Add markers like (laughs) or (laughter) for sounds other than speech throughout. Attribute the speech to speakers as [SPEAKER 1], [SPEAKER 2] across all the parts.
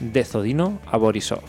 [SPEAKER 1] de Zodino a Borisov.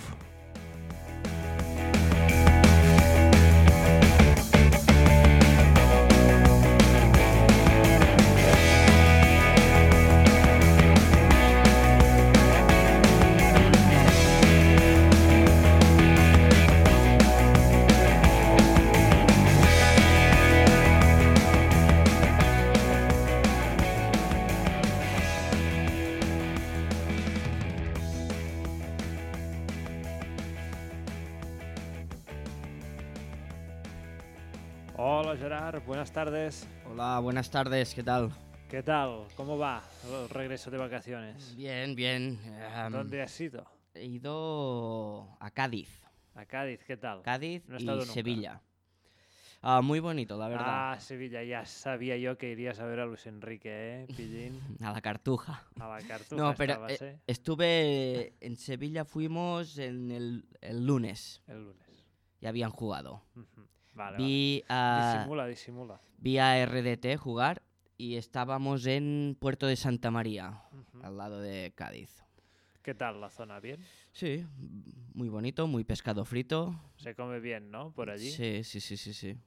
[SPEAKER 1] Hola Gerard, buenas tardes.
[SPEAKER 2] Hola, buenas tardes, ¿qué tal?
[SPEAKER 1] ¿Qué tal? ¿Cómo va el regreso de vacaciones?
[SPEAKER 2] Bien, bien. em,
[SPEAKER 1] ¿Dónde has ido?
[SPEAKER 2] He ido a Cádiz.
[SPEAKER 1] A Cádiz, ¿qué tal?
[SPEAKER 2] Cádiz
[SPEAKER 1] No he
[SPEAKER 2] y
[SPEAKER 1] estado nunca.
[SPEAKER 2] Sevilla. Ah, muy bonito, la verdad.
[SPEAKER 1] Ah, Sevilla, ya sabía yo que irías a ver a Luis
[SPEAKER 2] (laughs)
[SPEAKER 1] Enrique, ¿eh? Pillín,
[SPEAKER 2] A la cartuja.
[SPEAKER 1] a la cartuja
[SPEAKER 2] No, pero
[SPEAKER 1] estabas,
[SPEAKER 2] eh,
[SPEAKER 1] ¿eh?
[SPEAKER 2] estuve en Sevilla, fuimos en el, el lunes
[SPEAKER 1] El lunes.
[SPEAKER 2] y habían jugado.
[SPEAKER 1] Ujú. Vale, vale.
[SPEAKER 2] Vi a,
[SPEAKER 1] Disimula, disimula.
[SPEAKER 2] vi a RDT jugar y estábamos en Puerto de Santa María,
[SPEAKER 1] Ujú.
[SPEAKER 2] al lado de Cádiz.
[SPEAKER 1] ¿Qué tal la zona? ¿Bien?
[SPEAKER 2] Sí, muy bonito, muy pescado frito,
[SPEAKER 1] Se come bien, ¿no? Por allí.
[SPEAKER 2] Sí, sí, sí, sí, sí.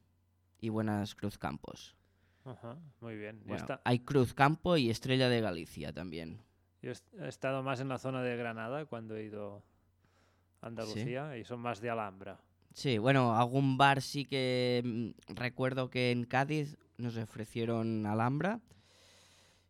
[SPEAKER 2] Y buenas Cruzcampos.
[SPEAKER 1] Ajá, muy bien. Yo, he
[SPEAKER 2] Bueno,
[SPEAKER 1] esta-
[SPEAKER 2] hay Cruzcampo y Estrella de Galicia también.
[SPEAKER 1] yo he est- he estado más en la zona de Granada cuando he ido a Andalucía y son más de Alhambra.
[SPEAKER 2] Sí, bueno, algún bar sí que mm, recuerdo que en Cádiz nos ofrecieron Alhambra.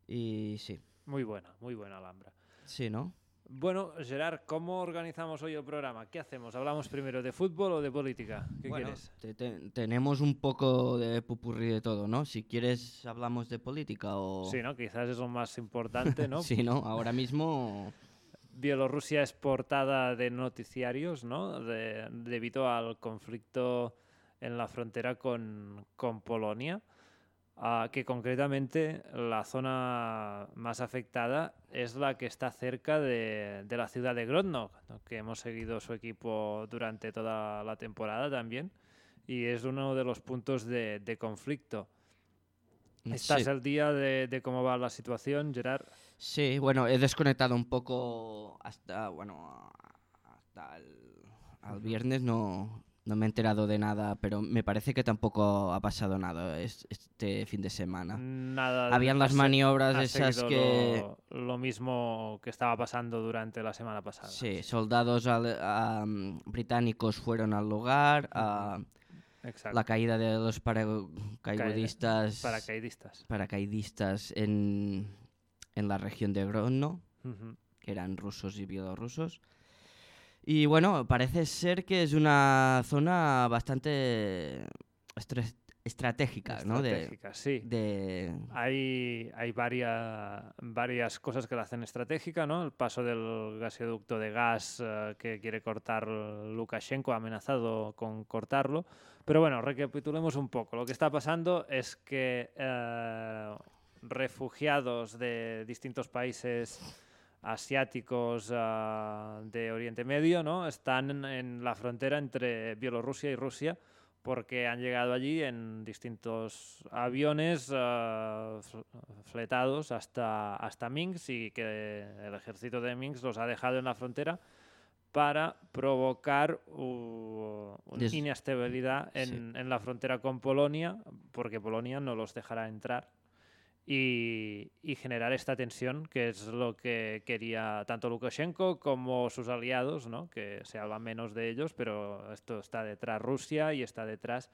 [SPEAKER 2] Y sí,
[SPEAKER 1] Muy buena, muy buena Alhambra.
[SPEAKER 2] sí, ¿no?
[SPEAKER 1] Bueno, Gerard, ¿cómo organizamos hoy el programa? ¿Qué hacemos? ¿Hablamos primero de fútbol o de política? ¿Qué
[SPEAKER 2] Bueno,
[SPEAKER 1] quieres?
[SPEAKER 2] te- te- tenemos un poco de pupurri de todo, ¿no? Si quieres hablamos de política o...
[SPEAKER 1] Sí, ¿no? Quizás es lo más importante,
[SPEAKER 2] (laughs)
[SPEAKER 1] ¿no?
[SPEAKER 2] Sí, ¿no? Ahora mismo...
[SPEAKER 1] Bielorrusia es portada de noticiarios, ¿no? De- debido al conflicto en la frontera con, con Polonia, ah, que concretamente la zona más afectada es la que está cerca de, de la ciudad de Grodno, ¿no? que hemos seguido su equipo durante toda la temporada también, y es uno de los puntos de, de conflicto. ¿Estás
[SPEAKER 2] Mm, sí.
[SPEAKER 1] al día de, de cómo va la situación, Gerard?
[SPEAKER 2] Sí, bueno, he desconectado un poco hasta, bueno, hasta el, al viernes no, no me he enterado de nada, pero me parece que tampoco ha pasado nada es- este fin de semana.
[SPEAKER 1] Nada. de-
[SPEAKER 2] Habían las
[SPEAKER 1] has-
[SPEAKER 2] maniobras
[SPEAKER 1] ha
[SPEAKER 2] esas
[SPEAKER 1] seguido
[SPEAKER 2] que...
[SPEAKER 1] lo, lo mismo que estaba pasando durante la semana pasada.
[SPEAKER 2] Sí, soldados ale- ah, mm, británicos fueron al lugar, ah,
[SPEAKER 1] exacto.
[SPEAKER 2] la caída de los paracaidistas,
[SPEAKER 1] Paracaidistas.
[SPEAKER 2] paracaidistas en, en la región de Grodno.
[SPEAKER 1] Ujú.
[SPEAKER 2] que eran rusos y bielorrusos. Y bueno, parece ser que es una zona bastante estre- estratégica, ¿no? De,
[SPEAKER 1] Estratégicas, sí.
[SPEAKER 2] de-
[SPEAKER 1] Hay, hay varia- varias cosas que la hacen estratégica, ¿no? El paso del gasoducto de gas eh, que quiere cortar Lukashenko, ha amenazado con cortarlo. Pero bueno, recapitulemos un poco. Lo que está pasando es que eh, refugiados de distintos países asiáticos eh, de Oriente Medio, ¿no? Están en la frontera entre Bielorrusia y Rusia porque han llegado allí en distintos aviones eh, fl- fletados hasta, hasta Minsk y que el ejército de Minsk los ha dejado en la frontera para provocar u- una
[SPEAKER 2] Des-
[SPEAKER 1] inestabilidad en,
[SPEAKER 2] Sí.
[SPEAKER 1] en la frontera con Polonia, porque Polonia no los dejará entrar. Y, y generar esta tensión, que es lo que quería tanto Lukashenko como sus aliados, ¿no? que se habla menos de ellos, pero esto está detrás Rusia y está detrás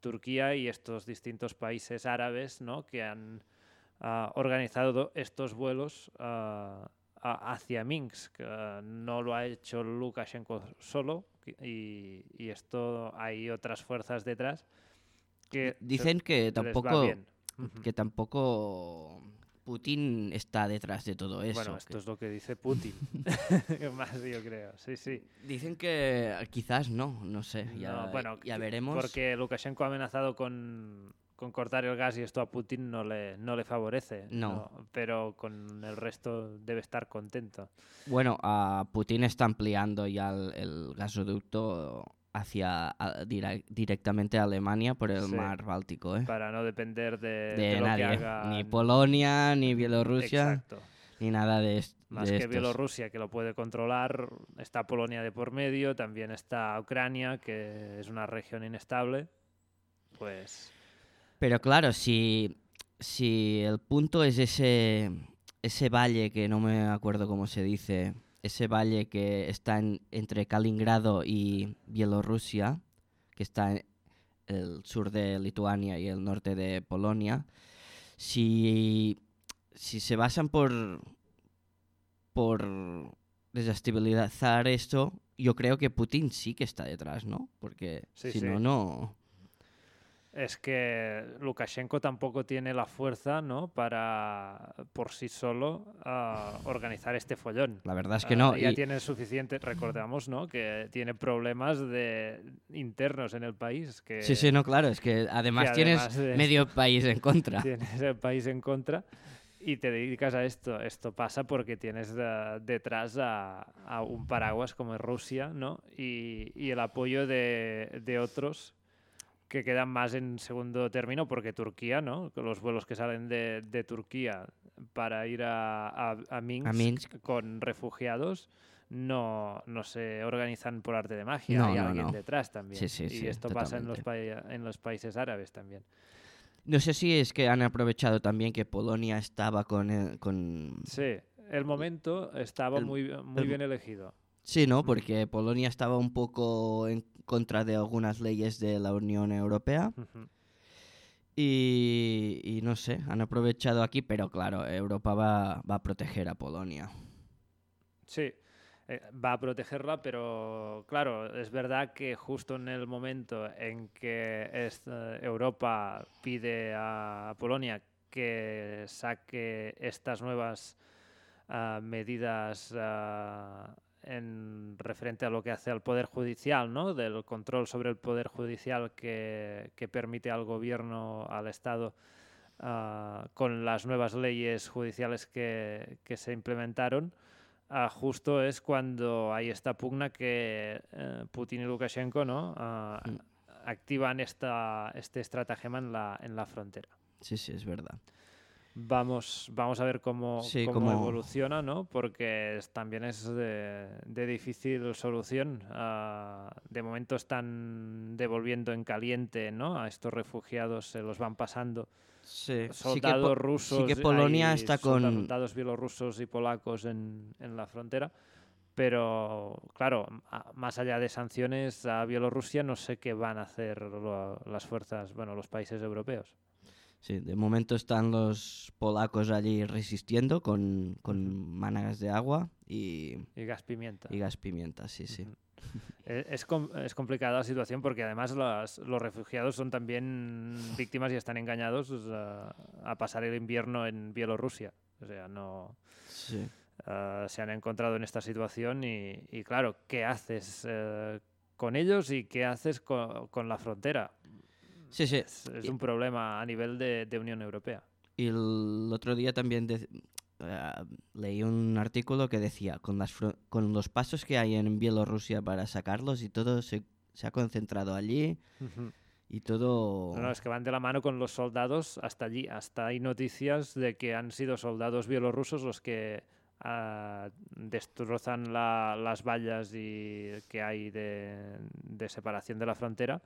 [SPEAKER 1] Turquía y estos distintos países árabes ¿no? que han ah, organizado estos vuelos ah, a- hacia Minsk. que, ah, no lo ha hecho Lukashenko solo y, y esto hay otras fuerzas detrás que se-
[SPEAKER 2] dicen que
[SPEAKER 1] les va
[SPEAKER 2] tampoco
[SPEAKER 1] bien. Ujú.
[SPEAKER 2] que tampoco Putin está detrás de todo eso.
[SPEAKER 1] bueno, esto
[SPEAKER 2] que-
[SPEAKER 1] es lo que dice
[SPEAKER 2] (laughs)
[SPEAKER 1] Putin. (laughs) Más yo creo, sí, sí.
[SPEAKER 2] Dicen que eh, quizás no, no sé, ya,
[SPEAKER 1] No, bueno,
[SPEAKER 2] ya
[SPEAKER 1] que-
[SPEAKER 2] veremos.
[SPEAKER 1] Porque Lukashenko ha amenazado con, con cortar el gas y esto a Putin no le, no le favorece.
[SPEAKER 2] No.
[SPEAKER 1] Pero con el resto debe estar contento.
[SPEAKER 2] Bueno, ah, Putin está ampliando ya el, el gasoducto hacia a- dira- directamente a Alemania por el
[SPEAKER 1] Sí.
[SPEAKER 2] mar Báltico, ¿eh?
[SPEAKER 1] Para no depender eh, de,
[SPEAKER 2] de,
[SPEAKER 1] de lo que
[SPEAKER 2] nadie.
[SPEAKER 1] haga.
[SPEAKER 2] Ni Polonia, ni Bielorrusia,
[SPEAKER 1] Exacto.
[SPEAKER 2] ni nada de, es-
[SPEAKER 1] Más
[SPEAKER 2] de
[SPEAKER 1] que
[SPEAKER 2] estos.
[SPEAKER 1] Bielorrusia, que lo puede controlar, está Polonia de por medio, también está Ucrania, que es una región inestable. Pues
[SPEAKER 2] Pero claro, si, si el punto es ese, ese valle que no me acuerdo cómo se dice, ese valle que está en- entre Kaliningrado y Bielorrusia, que está en el sur de Lituania y el norte de Polonia, si, si se basan por, por desestabilizar esto, yo creo que Putin sí que está detrás, ¿no? Porque
[SPEAKER 1] Sí,
[SPEAKER 2] si
[SPEAKER 1] sí.
[SPEAKER 2] no, no...
[SPEAKER 1] es que Lukashenko tampoco tiene la fuerza, ¿no? Para por sí solo ah, organizar este follón.
[SPEAKER 2] La verdad es que
[SPEAKER 1] Ah,
[SPEAKER 2] no.
[SPEAKER 1] Ya
[SPEAKER 2] y-
[SPEAKER 1] tiene suficiente, recordamos, ¿no? Que tiene problemas de internos en el país. Que
[SPEAKER 2] Sí, sí, no, claro, es que además
[SPEAKER 1] además
[SPEAKER 2] tienes
[SPEAKER 1] de- (laughs)
[SPEAKER 2] medio país en contra.
[SPEAKER 1] tienes el país en contra y te dedicas a esto. Esto pasa porque tienes de- detrás a, a un paraguas como es Rusia, ¿no? Y, y el apoyo de, de otros que quedan más en segundo término porque Turquía, ¿no? Que Los vuelos que salen de, de Turquía para ir a, a, a Minsk,
[SPEAKER 2] A Minsk.
[SPEAKER 1] con refugiados no, no se organizan por arte de magia,
[SPEAKER 2] No,
[SPEAKER 1] hay
[SPEAKER 2] no,
[SPEAKER 1] alguien
[SPEAKER 2] no.
[SPEAKER 1] detrás también.
[SPEAKER 2] Sí, sí,
[SPEAKER 1] y
[SPEAKER 2] sí,
[SPEAKER 1] esto pasa en los, pa- en los países árabes también.
[SPEAKER 2] No sé si es que han aprovechado también que Polonia estaba con... el- con...
[SPEAKER 1] Sí, el momento estaba
[SPEAKER 2] El-
[SPEAKER 1] muy, muy
[SPEAKER 2] el-
[SPEAKER 1] bien elegido.
[SPEAKER 2] Sí, ¿no? Porque Polonia estaba un poco en contra de algunas leyes de la Unión Europea
[SPEAKER 1] Ujú.
[SPEAKER 2] y, y no sé, han aprovechado aquí, pero claro, Europa va, va a proteger a Polonia.
[SPEAKER 1] Sí, eh, va a protegerla, pero claro, es verdad que justo en el momento en que es- eh, Europa pide a Polonia que saque estas nuevas ah, medidas ah, en referente a lo que hace al Poder Judicial, ¿no? Del control sobre el Poder Judicial que, que permite al gobierno, al Estado, ah, con las nuevas leyes judiciales que, que se implementaron, ah, justo es cuando hay esta pugna que eh, Putin y Lukashenko, ¿no? Ah,
[SPEAKER 2] Mm.
[SPEAKER 1] activan esta, este estratagema en la, en la frontera.
[SPEAKER 2] Sí, sí, es verdad.
[SPEAKER 1] Vamos, vamos a ver cómo,
[SPEAKER 2] Sí,
[SPEAKER 1] cómo
[SPEAKER 2] cómo-
[SPEAKER 1] evoluciona, ¿no? Porque es- también es de, de difícil solución. Ah, de momento están devolviendo en caliente, ¿no? A estos refugiados se los van pasando
[SPEAKER 2] Eh, Sí,
[SPEAKER 1] soldados
[SPEAKER 2] Po-
[SPEAKER 1] rusos.
[SPEAKER 2] sí que Polonia
[SPEAKER 1] hay
[SPEAKER 2] está
[SPEAKER 1] solda-
[SPEAKER 2] con-
[SPEAKER 1] Soldados bielorrusos y polacos en, en la frontera. Pero, claro, m- a- más allá de sanciones a Bielorrusia, no sé qué van a hacer lo- las fuerzas, bueno, los países europeos.
[SPEAKER 2] Sí, de momento están los polacos allí resistiendo con, con mánagas de agua y,
[SPEAKER 1] Y gas pimienta.
[SPEAKER 2] y gas pimienta, sí, sí.
[SPEAKER 1] Ujú. Eh, Es, com- es complicada la situación porque además las- los refugiados son también víctimas y están engañados o sea, a pasar el invierno en Bielorrusia. O sea, no
[SPEAKER 2] Sí.
[SPEAKER 1] eh, se han encontrado en esta situación y, y claro, ¿qué haces eh, con ellos y qué haces co- con, la frontera?
[SPEAKER 2] Sí, sí.
[SPEAKER 1] Es, es un problema a nivel de, de Unión Europea.
[SPEAKER 2] Y el otro día también de- ah, leí un artículo que decía, con, las fro- con los pasos que hay en Bielorrusia para sacarlos y todo se, se ha concentrado allí y todo...
[SPEAKER 1] No, no, es que van de la mano con los soldados hasta allí. Hasta hay noticias de que han sido soldados bielorrusos los que ah, destrozan la- las vallas y que hay de, de separación de la frontera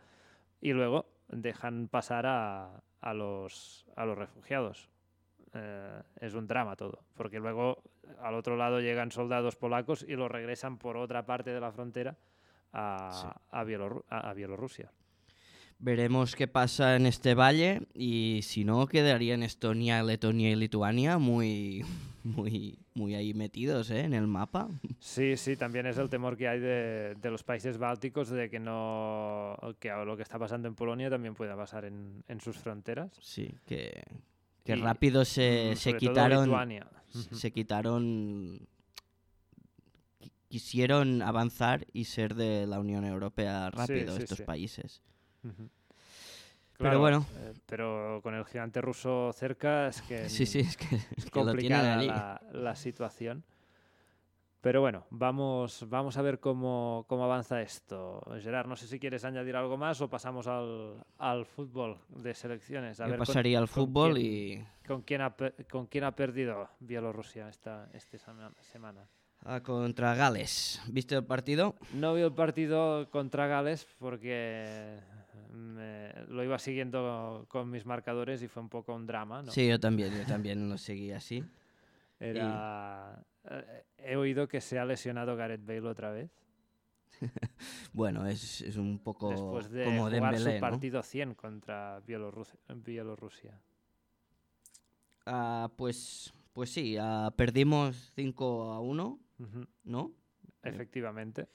[SPEAKER 1] y luego dejan pasar a, a los, a los refugiados. Eh, es un drama todo, porque luego al otro lado llegan soldados polacos y los regresan por otra parte de la frontera a,
[SPEAKER 2] Sí.
[SPEAKER 1] a Bielorru- a- a Bielorrusia.
[SPEAKER 2] Veremos qué pasa en este valle y si no, quedarían Estonia, Letonia y Lituania muy, (laughs) muy, muy ahí metidos ¿eh? en el mapa.
[SPEAKER 1] Sí, sí, también es el temor que hay de, de los países bálticos de que no que lo que está pasando en Polonia también pueda pasar en, en sus fronteras.
[SPEAKER 2] Sí, que, que
[SPEAKER 1] Y,
[SPEAKER 2] rápido
[SPEAKER 1] Mm,
[SPEAKER 2] se, Eh, se
[SPEAKER 1] sobre todo
[SPEAKER 2] quitaron...
[SPEAKER 1] Lituania.
[SPEAKER 2] se- se quitaron qui- quisieron avanzar y ser de la Unión Europea rápido
[SPEAKER 1] sí,
[SPEAKER 2] estos
[SPEAKER 1] sí.
[SPEAKER 2] países.
[SPEAKER 1] Ujú.
[SPEAKER 2] Pero
[SPEAKER 1] Claro,
[SPEAKER 2] bueno.
[SPEAKER 1] eh, pero con el gigante ruso cerca es que (laughs)
[SPEAKER 2] (laughs) Sí, sí, es que,
[SPEAKER 1] es
[SPEAKER 2] que lo tienen
[SPEAKER 1] complicada
[SPEAKER 2] allí.
[SPEAKER 1] la, la situación. Pero bueno, vamos, vamos a ver cómo, cómo avanza esto. Gerard, no sé si quieres añadir algo más o pasamos al, al fútbol de selecciones. A
[SPEAKER 2] Yo
[SPEAKER 1] ver con-
[SPEAKER 2] pasaría al
[SPEAKER 1] con
[SPEAKER 2] fútbol
[SPEAKER 1] quién-
[SPEAKER 2] y
[SPEAKER 1] ¿Con quién ha, pe- con quién ha perdido Bielorrusia esta, esta sema- semana?
[SPEAKER 2] ah, contra Gales. ¿Viste el partido?
[SPEAKER 1] No vi el partido contra Gales porque me- lo iba siguiendo con mis marcadores y fue un poco un drama. ¿no?
[SPEAKER 2] Sí, yo también, yo también lo seguí así.
[SPEAKER 1] Era... eh, He oído que se ha lesionado Gareth Bale otra vez
[SPEAKER 2] Bueno, es, es un poco
[SPEAKER 1] después de
[SPEAKER 2] Oh, como
[SPEAKER 1] jugar
[SPEAKER 2] Dembélé,
[SPEAKER 1] su
[SPEAKER 2] ¿no?
[SPEAKER 1] partido 100 contra Bielorrusia. Bielorrusia.
[SPEAKER 2] Ah, pues, pues sí, ah, perdimos 5 a 1,
[SPEAKER 1] Ujú,
[SPEAKER 2] ¿no?
[SPEAKER 1] Efectivamente.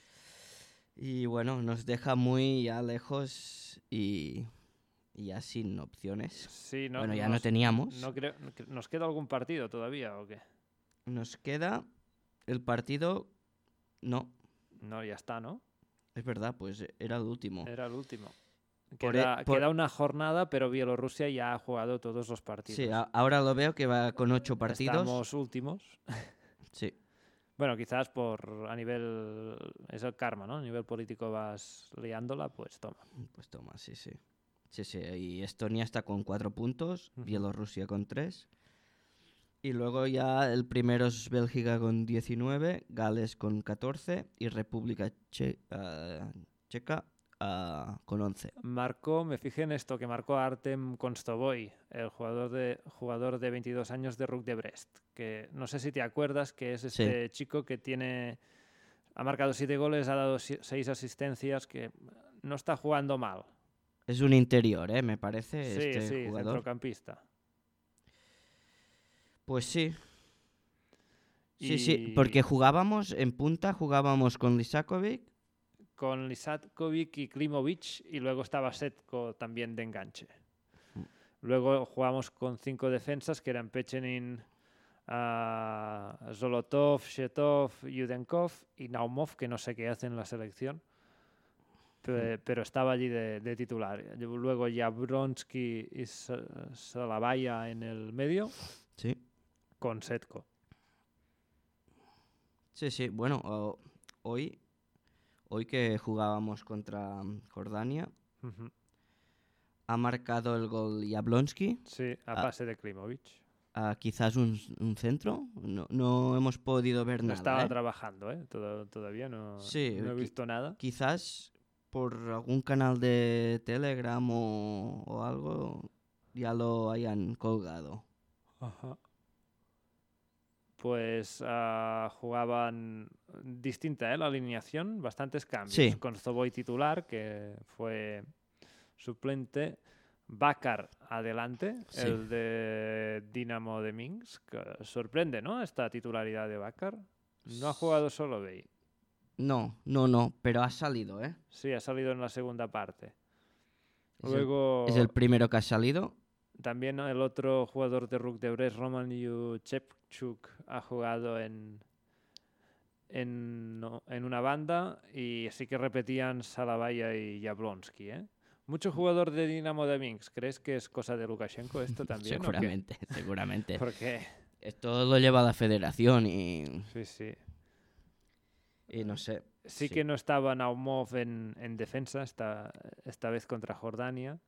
[SPEAKER 2] Y bueno, nos deja muy ya lejos y, y ya sin opciones.
[SPEAKER 1] Sí, no,
[SPEAKER 2] bueno, ya no
[SPEAKER 1] nos,
[SPEAKER 2] teníamos.
[SPEAKER 1] no creo- no cre- ¿Nos queda algún partido todavía o qué?
[SPEAKER 2] Nos queda el partido... No,
[SPEAKER 1] No, ya está, ¿no?
[SPEAKER 2] es verdad, pues era el último.
[SPEAKER 1] Era el último.
[SPEAKER 2] Por e-
[SPEAKER 1] Queda,
[SPEAKER 2] por-
[SPEAKER 1] queda una jornada, pero Bielorrusia ya ha jugado todos los partidos.
[SPEAKER 2] Sí, a- ahora lo veo que va con 8 partidos.
[SPEAKER 1] Estamos últimos.
[SPEAKER 2] Sí.
[SPEAKER 1] Bueno, quizás por a nivel es el karma, ¿no? A nivel político vas liándola, pues toma.
[SPEAKER 2] Pues toma, sí, sí. Sí, sí. Y Estonia está con cuatro puntos,
[SPEAKER 1] Ujú.
[SPEAKER 2] Bielorrusia con tres. Y luego ya el primero es Bélgica con 19, Gales con 14 y República Che- ah, Checa ah, con 11.
[SPEAKER 1] Marcó, me fijé en esto, que marcó a Artem Konstovoy, el jugador de, jugador de 22 años de Rook de Brest, que no sé si te acuerdas, que es
[SPEAKER 2] Sí.
[SPEAKER 1] este chico que tiene, ha marcado siete goles, ha dado si- seis asistencias, que no está jugando mal.
[SPEAKER 2] Es un interior, ¿eh? Me parece,
[SPEAKER 1] Sí,
[SPEAKER 2] este
[SPEAKER 1] sí,
[SPEAKER 2] jugador.
[SPEAKER 1] centrocampista.
[SPEAKER 2] Pues sí. Sí, sí, porque jugábamos en punta, jugábamos con Lisakovic.
[SPEAKER 1] con Lisatkovic y Klimovic y luego estaba Setko también de enganche.
[SPEAKER 2] Mm.
[SPEAKER 1] Luego jugamos con cinco defensas que eran Pechenin, ah, Zolotov, Shetov, Yudenkov y Naumov, que no sé qué hace en la selección,
[SPEAKER 2] Hmm.
[SPEAKER 1] pe- pero estaba allí de, de titular. Luego Jablonski y Sa- Salavaya en el medio
[SPEAKER 2] Sí.
[SPEAKER 1] con Setko.
[SPEAKER 2] Sí, sí, bueno, o- hoy, hoy que jugábamos contra Jordania,
[SPEAKER 1] Ujú.
[SPEAKER 2] ha marcado el gol Jablonski,
[SPEAKER 1] Sí, a
[SPEAKER 2] Ah.
[SPEAKER 1] pase de Klimovic.
[SPEAKER 2] a quizás un, un centro, no, no hemos podido ver
[SPEAKER 1] No
[SPEAKER 2] nada.
[SPEAKER 1] estaba
[SPEAKER 2] ¿eh?
[SPEAKER 1] trabajando, ¿eh? Todo- todavía no,
[SPEAKER 2] Sí,
[SPEAKER 1] no he
[SPEAKER 2] que-
[SPEAKER 1] visto nada.
[SPEAKER 2] Quizás por algún canal de Telegram o, o algo ya lo hayan colgado.
[SPEAKER 1] Pues ah, jugaban distinta ¿eh? la alineación, bastantes cambios.
[SPEAKER 2] Sí.
[SPEAKER 1] Con Zoboy titular, que fue suplente. Bakar adelante,
[SPEAKER 2] Sí.
[SPEAKER 1] el de Dinamo de Minsk. que Sorprende, ¿no? Esta titularidad de Bakar. No ha jugado solo Bey.
[SPEAKER 2] No, no, no, pero ha salido, ¿eh?
[SPEAKER 1] Sí, ha salido en la segunda parte.
[SPEAKER 2] Es el-
[SPEAKER 1] Luego...
[SPEAKER 2] Es el primero que ha salido.
[SPEAKER 1] También el otro jugador de Rook de Brest, Roman Yuchepchuk, ha jugado en, en, no- en una banda y sí que repetían Salavaya y Jablonski. ¿eh? Mucho jugador de Dinamo de Minsk. ¿Crees que es cosa de Lukashenko (laughs) esto también? o qué?
[SPEAKER 2] seguramente, seguramente.
[SPEAKER 1] Porque,
[SPEAKER 2] Esto lo lleva la federación y,
[SPEAKER 1] sí, sí.
[SPEAKER 2] y no sé.
[SPEAKER 1] Sí,
[SPEAKER 2] Sí.
[SPEAKER 1] que no estaba Naumov en, en defensa, esta, esta vez contra Jordania.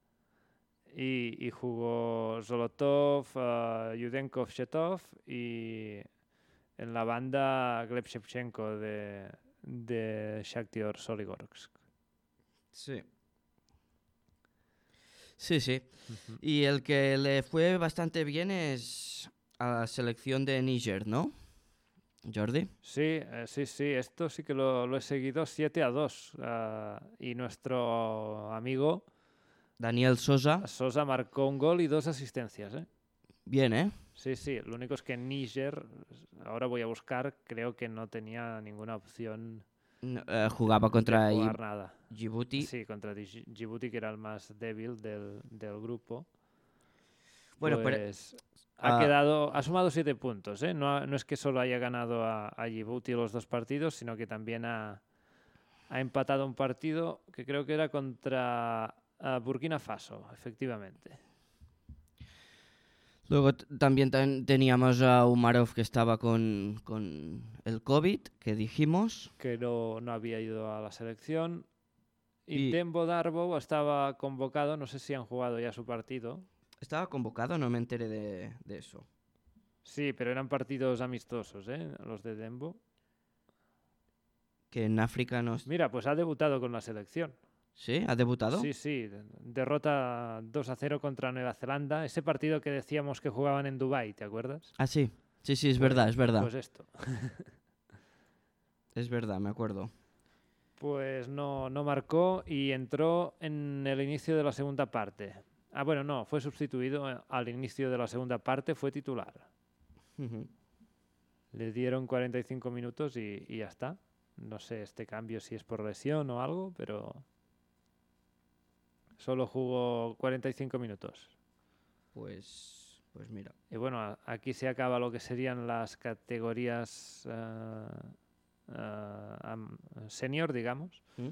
[SPEAKER 1] Y, y jugó Zolotov, eh, Yudenkov, Shetov y en la banda Gleb Shevchenko de, de Shakhtar Soligorsk.
[SPEAKER 2] Sí. Sí, sí. Y el que le fue bastante bien es a la selección de Níger, ¿no? Jordi.
[SPEAKER 1] Sí, eh, sí, sí, esto sí que lo, lo he seguido 7 a 2. ah, y nuestro amigo
[SPEAKER 2] Daniel Sosa.
[SPEAKER 1] Sosa marcó un gol y dos asistencias. ¿eh?
[SPEAKER 2] Bien, ¿eh?
[SPEAKER 1] Sí, sí, lo único es que Níger, ahora voy a buscar, creo que no tenía ninguna opción
[SPEAKER 2] No, eh, jugaba contra
[SPEAKER 1] de
[SPEAKER 2] Dji-
[SPEAKER 1] jugar nada.
[SPEAKER 2] Djibouti.
[SPEAKER 1] Sí, contra Dji- Djibouti, que era el más débil del, del grupo.
[SPEAKER 2] Bueno, pero-
[SPEAKER 1] Pues ha
[SPEAKER 2] ah.
[SPEAKER 1] quedado, ha sumado siete puntos, ¿eh? No, ha- no es que solo haya ganado a, a Djibouti los dos partidos, sino que también ha, ha empatado un partido que creo que era contra ah, Burkina Faso, efectivamente.
[SPEAKER 2] Luego t- también ten- teníamos a Umarov que estaba con, con el COVID, que dijimos.
[SPEAKER 1] que no, no había ido a la selección. Y,
[SPEAKER 2] Y-
[SPEAKER 1] Tembo Darbo estaba convocado, no sé si han jugado ya su partido.
[SPEAKER 2] Estaba convocado, no me enteré de, de eso.
[SPEAKER 1] Sí, pero eran partidos amistosos, ¿eh? Los de Dembo.
[SPEAKER 2] Que en África no... es-
[SPEAKER 1] Mira, pues ha debutado con la selección.
[SPEAKER 2] ¿Sí? ¿Ha debutado?
[SPEAKER 1] Sí, sí, de- derrota 2 a 0 contra Nueva Zelanda. Ese partido que decíamos que jugaban en Dubái, ¿te acuerdas?
[SPEAKER 2] Ah, sí. Sí, sí, es verdad, es verdad.
[SPEAKER 1] Pues esto.
[SPEAKER 2] Es verdad, me acuerdo.
[SPEAKER 1] Pues no, no marcó y entró en el inicio de la segunda parte. Ah, bueno, no, fue sustituido eh, al inicio de la segunda parte, fue titular.
[SPEAKER 2] Ujú.
[SPEAKER 1] Le dieron 45 minutos y, y ya está. No sé este cambio si es por lesión o algo, pero solo jugó 45 minutos.
[SPEAKER 2] Pues... Pues mira.
[SPEAKER 1] Y bueno, a- aquí se acaba lo que serían las categorías eh, eh, am- senior, digamos.
[SPEAKER 2] ¿Mm?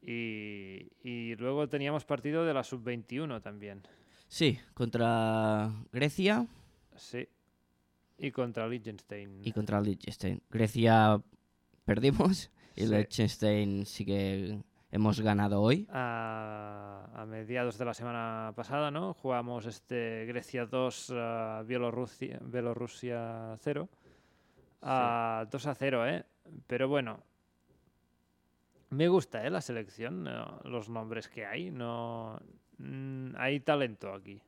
[SPEAKER 1] Y, y luego teníamos partido de la sub-21 también.
[SPEAKER 2] Sí, contra Grecia
[SPEAKER 1] Sí. Y contra Liechtenstein.
[SPEAKER 2] y contra Liechtenstein. Grecia perdimos
[SPEAKER 1] Sí.
[SPEAKER 2] y Liechtenstein sí que hemos ganado hoy.
[SPEAKER 1] a, a mediados de la semana pasada, ¿no? Jugamos este Grecia 2, eh, Bielorrusia, Bielorrusia 0. Ah, 2 a 0, ¿eh? Pero bueno, me gusta, ¿eh? La selección, eh, los nombres que hay, no... mm, hay talento aquí.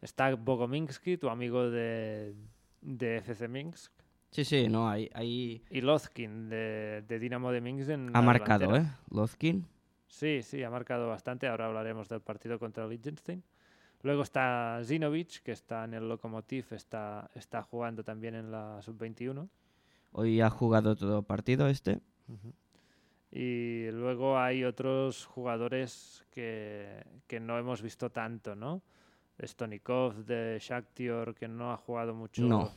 [SPEAKER 1] Está Bogominsky, tu amigo de, de FC Minsk,
[SPEAKER 2] Sí, sí, no, ahí, ahí
[SPEAKER 1] y Lozkin de, de Dinamo de Minsk en
[SPEAKER 2] ha
[SPEAKER 1] la
[SPEAKER 2] marcado,
[SPEAKER 1] delantera.
[SPEAKER 2] ¿eh? Lozkin.
[SPEAKER 1] Sí, sí, ha marcado bastante. Ahora hablaremos del partido contra Liechtenstein. Luego está Zinovic, que está en el Lokomotiv, está, está jugando también en la Sub-21.
[SPEAKER 2] Hoy ha jugado todo partido este.
[SPEAKER 1] Y luego hay otros jugadores que, que no hemos visto tanto, ¿no? Stonikov de Shaktior, que no ha jugado mucho
[SPEAKER 2] No.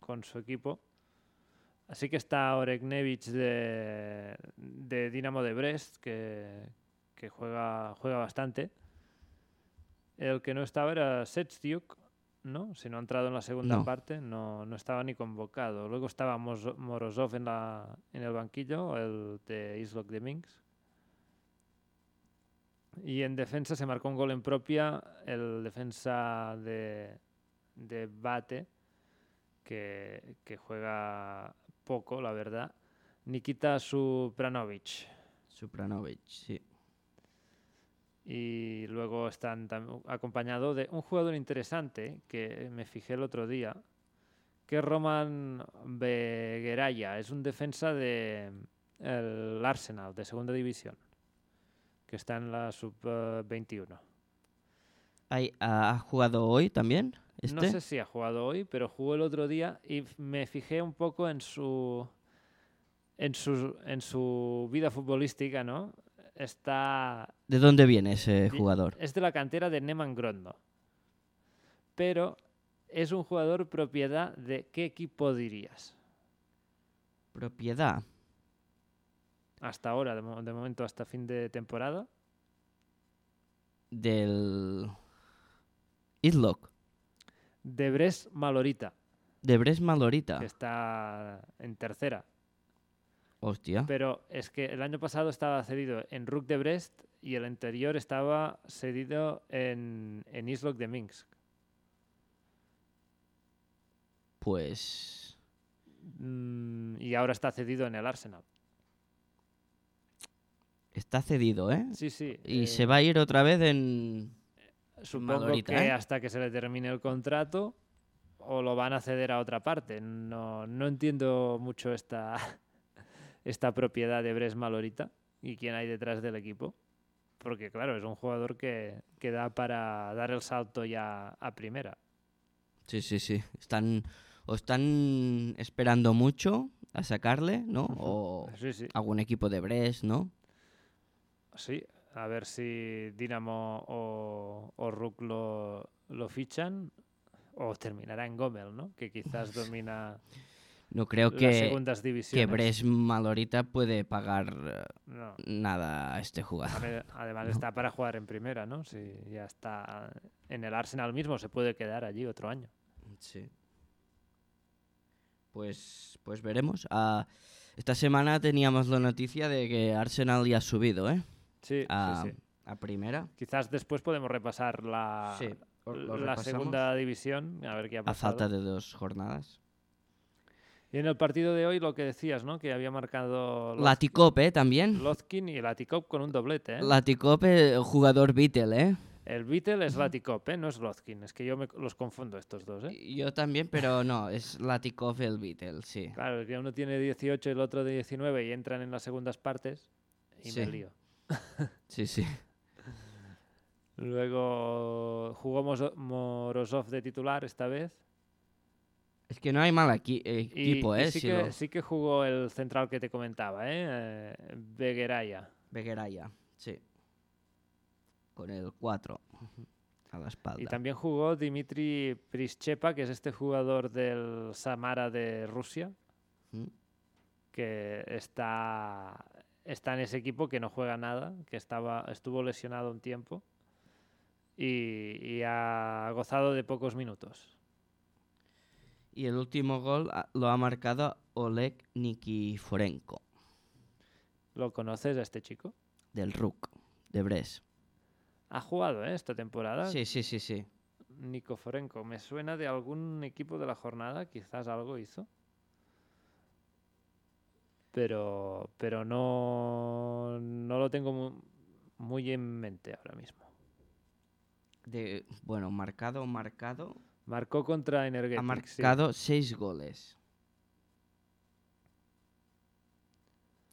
[SPEAKER 1] con su equipo. Así que está Oregnevich de, de Dinamo de Brest, que, que juega, juega bastante. El que no estaba era Setstiuk, ¿no? Si no ha entrado en la segunda
[SPEAKER 2] No.
[SPEAKER 1] parte, no, no estaba ni convocado. Luego estaba Mos- Morozov en, la, en el banquillo, el de Islok de Minsk. Y en defensa se marcó un gol en propia el defensa de, de Bate, que, que juega poco, la verdad. Nikita Supranovic.
[SPEAKER 2] Supranovic, sí.
[SPEAKER 1] Y luego están tam- acompañado de un jugador interesante que me fijé el otro día, que es Roman Begueraya. Es un defensa de el Arsenal, de segunda división, que está en la sub-21.
[SPEAKER 2] Ahí, ah, ¿Ha ha jugado hoy también? Este?
[SPEAKER 1] No sé si ha jugado hoy, pero jugó el otro día y f- me fijé un poco en su en su en su vida futbolística, ¿no? Está
[SPEAKER 2] ¿De dónde viene ese
[SPEAKER 1] Ye-
[SPEAKER 2] jugador?
[SPEAKER 1] Es de la cantera de Neman Grondo. Pero es un jugador propiedad de qué equipo dirías.
[SPEAKER 2] Propiedad.
[SPEAKER 1] Hasta ahora, de, mo- de momento, hasta fin de temporada.
[SPEAKER 2] del Idlock,
[SPEAKER 1] De Bres Malorita,
[SPEAKER 2] de Bresma Lorita.
[SPEAKER 1] que está en tercera.
[SPEAKER 2] Hostia.
[SPEAKER 1] Pero es que el año pasado estaba cedido en Rook de Brest y el anterior estaba cedido en, en Islok de Minsk.
[SPEAKER 2] Pues
[SPEAKER 1] Mm, y ahora está cedido en el Arsenal.
[SPEAKER 2] está cedido, ¿eh?
[SPEAKER 1] Sí, sí.
[SPEAKER 2] Y
[SPEAKER 1] eh,
[SPEAKER 2] se va a ir otra vez en
[SPEAKER 1] Supongo
[SPEAKER 2] Manolita,
[SPEAKER 1] que
[SPEAKER 2] ¿eh?
[SPEAKER 1] hasta que se le termine el contrato o lo van a ceder a otra parte. No, no entiendo mucho esta, (laughs) esta propiedad de Bres Malorita y quién hay detrás del equipo. Porque, claro, es un jugador que, que da para dar el salto ya a primera.
[SPEAKER 2] Sí, sí, sí. Están o están esperando mucho a sacarle, ¿no? O
[SPEAKER 1] Sí, sí.
[SPEAKER 2] algún equipo de Brest, ¿no?
[SPEAKER 1] Sí, a ver si Dinamo o, o Rook lo, lo fichan o terminará en Gómez, ¿no? Que quizás domina
[SPEAKER 2] No creo
[SPEAKER 1] las
[SPEAKER 2] que,
[SPEAKER 1] segundas divisiones.
[SPEAKER 2] que Bres Malorita puede pagar eh,
[SPEAKER 1] No.
[SPEAKER 2] nada a este
[SPEAKER 1] A
[SPEAKER 2] jugador. (laughs)
[SPEAKER 1] ver, Además está para jugar en primera, ¿no? Si ya está en el Arsenal mismo, se puede quedar allí otro año.
[SPEAKER 2] Sí. Pues, pues veremos. Ah, esta semana teníamos la noticia de que Arsenal ya ha subido, ¿eh?
[SPEAKER 1] Sí, sí,
[SPEAKER 2] A,
[SPEAKER 1] sí.
[SPEAKER 2] a primera.
[SPEAKER 1] Quizás después podemos repasar la,
[SPEAKER 2] Sí, lo
[SPEAKER 1] la
[SPEAKER 2] repasamos.
[SPEAKER 1] segunda división, a ver qué ha
[SPEAKER 2] A
[SPEAKER 1] pasado.
[SPEAKER 2] falta de dos jornadas.
[SPEAKER 1] Y en el partido de hoy lo que decías, ¿no? Que había marcado Loz-
[SPEAKER 2] Laticop, ¿eh? También.
[SPEAKER 1] Lozkin y Latikov con un doblete, ¿eh?
[SPEAKER 2] Laticop, eh, jugador Beatle, ¿eh?
[SPEAKER 1] El Beatle es Latikov, ¿eh? No es Lozkin. Es que yo me los confundo estos dos, ¿eh?
[SPEAKER 2] Yo también, pero no, es Latikov el Beatle, sí.
[SPEAKER 1] Claro, que uno tiene 18 y el otro 19 y entran en las segundas partes y me
[SPEAKER 2] Sí.
[SPEAKER 1] lío.
[SPEAKER 2] Sí, sí.
[SPEAKER 1] Luego jugó Moso- Morozov de titular esta vez.
[SPEAKER 2] Es que no hay mal aquí,
[SPEAKER 1] Y,
[SPEAKER 2] equipo,
[SPEAKER 1] y
[SPEAKER 2] ¿eh?
[SPEAKER 1] sí,
[SPEAKER 2] si
[SPEAKER 1] que,
[SPEAKER 2] lo-
[SPEAKER 1] sí que jugó el central que te comentaba, ¿eh? Eh, Begueraya.
[SPEAKER 2] Begueraya, sí. Con el 4 a la espalda.
[SPEAKER 1] Y también jugó Dimitri Prischepa, que es este jugador del Samara de Rusia,
[SPEAKER 2] ¿Mm?
[SPEAKER 1] que está, está en ese equipo que no juega nada, que estaba, estuvo lesionado un tiempo y, y ha gozado de pocos minutos.
[SPEAKER 2] Y el último gol ah, lo ha marcado Oleg Nikiforenko,
[SPEAKER 1] ¿Lo conoces a este chico?
[SPEAKER 2] del RUC, de Bres.
[SPEAKER 1] Ha jugado ¿eh? esta temporada.
[SPEAKER 2] Sí, sí, sí, sí.
[SPEAKER 1] Nikoforenko, me suena de algún equipo de la jornada, quizás algo hizo. Pero, pero no, no lo tengo mu- muy en mente ahora mismo.
[SPEAKER 2] De, bueno, marcado, marcado.
[SPEAKER 1] Marcó contra Energetic.
[SPEAKER 2] Ha
[SPEAKER 1] sí.
[SPEAKER 2] marcado 6 goles.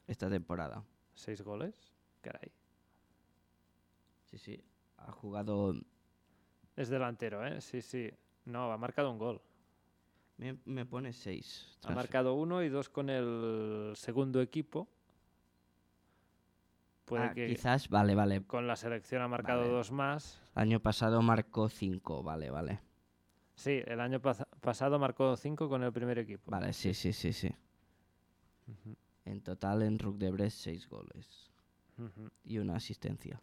[SPEAKER 2] Esta temporada.
[SPEAKER 1] ¿Seis goles? Caray.
[SPEAKER 2] Sí, sí. Ha jugado.
[SPEAKER 1] Es delantero, ¿eh? Sí, sí. No, ha marcado un gol.
[SPEAKER 2] Me, me pone 6.
[SPEAKER 1] Ha marcado uno y dos con el segundo equipo. Puede que
[SPEAKER 2] Ah, Quizás, vale, vale.
[SPEAKER 1] con la selección ha marcado
[SPEAKER 2] Vale.
[SPEAKER 1] dos más.
[SPEAKER 2] Año pasado marcó 5, vale, vale.
[SPEAKER 1] Sí, el año pas- pasado marcó cinco con el primer equipo.
[SPEAKER 2] Vale, sí, sí, sí, sí.
[SPEAKER 1] Ujú,
[SPEAKER 2] En total en Rook de Brest 6 goles
[SPEAKER 1] ujú.
[SPEAKER 2] y una asistencia.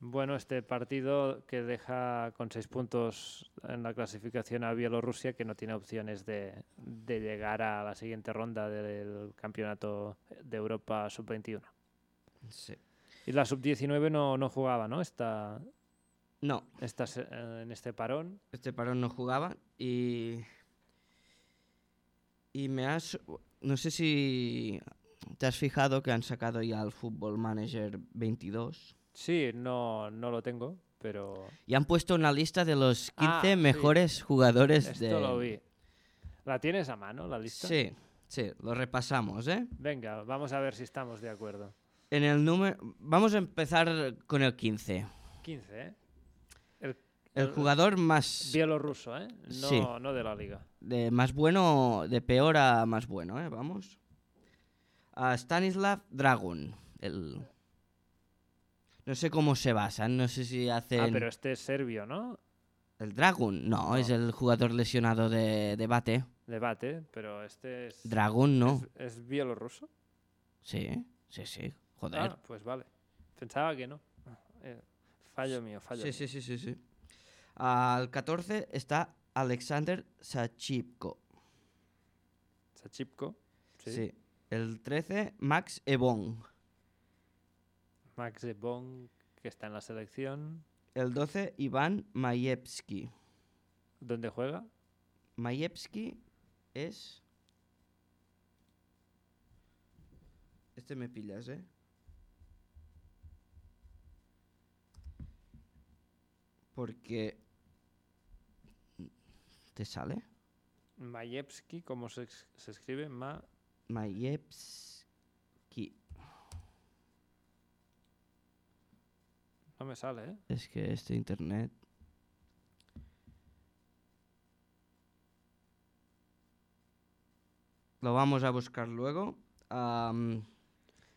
[SPEAKER 1] Bueno, este partido que deja con seis puntos en la clasificación a Bielorrusia, que no tiene opciones de, de llegar a la siguiente ronda del Campeonato de Europa Sub-21.
[SPEAKER 2] Sí.
[SPEAKER 1] Y la Sub-19 no, no jugaba, ¿no? Esta,
[SPEAKER 2] No,
[SPEAKER 1] esta se- eh, en este parón.
[SPEAKER 2] este parón no jugaba y y me has no sé si te has fijado que han sacado ya al Football Manager 22
[SPEAKER 1] Sí, no, no lo tengo, pero
[SPEAKER 2] y han puesto una lista de los 15
[SPEAKER 1] Ah, sí.
[SPEAKER 2] mejores jugadores
[SPEAKER 1] esto
[SPEAKER 2] de
[SPEAKER 1] lo vi. ¿La tienes a mano, la lista?
[SPEAKER 2] Sí, sí, lo repasamos, ¿eh?
[SPEAKER 1] Venga, vamos a ver si estamos de acuerdo.
[SPEAKER 2] En el número vamos a empezar con el 15.
[SPEAKER 1] 15, ¿eh?
[SPEAKER 2] El
[SPEAKER 1] Eh,
[SPEAKER 2] jugador más
[SPEAKER 1] Bielorruso, ¿eh? No,
[SPEAKER 2] Sí.
[SPEAKER 1] no de la liga.
[SPEAKER 2] De más bueno, de peor a más bueno, ¿eh? Vamos. A Stanislav Dragon. El... No sé cómo se basan, no sé si hacen...
[SPEAKER 1] Ah, pero este es serbio, ¿no?
[SPEAKER 2] El Dragon, no, es el jugador lesionado de debate.
[SPEAKER 1] Debate, pero este es.
[SPEAKER 2] Dragon, no.
[SPEAKER 1] ¿Es, es bielorruso?
[SPEAKER 2] Sí, sí, sí. Joder.
[SPEAKER 1] Ah, pues vale. Pensaba que no. Eh, fallo mío, fallo.
[SPEAKER 2] sí,
[SPEAKER 1] mío.
[SPEAKER 2] sí, sí, sí, sí. Al 14 está Alexander Sachipko.
[SPEAKER 1] Sachipko. Sí.
[SPEAKER 2] Sí. El 13, Max Ebon.
[SPEAKER 1] Max de Bon, que está en la selección.
[SPEAKER 2] El 12, Iván Mayevsky.
[SPEAKER 1] ¿Dónde juega?
[SPEAKER 2] Mayevsky es. Este me pillas, ¿eh? Porque. ¿Te sale?
[SPEAKER 1] Majewski, ¿cómo se, es- se escribe? Ma.
[SPEAKER 2] Mayevsky.
[SPEAKER 1] No me sale, ¿eh?
[SPEAKER 2] Es que este internet. Lo vamos a buscar luego. Am,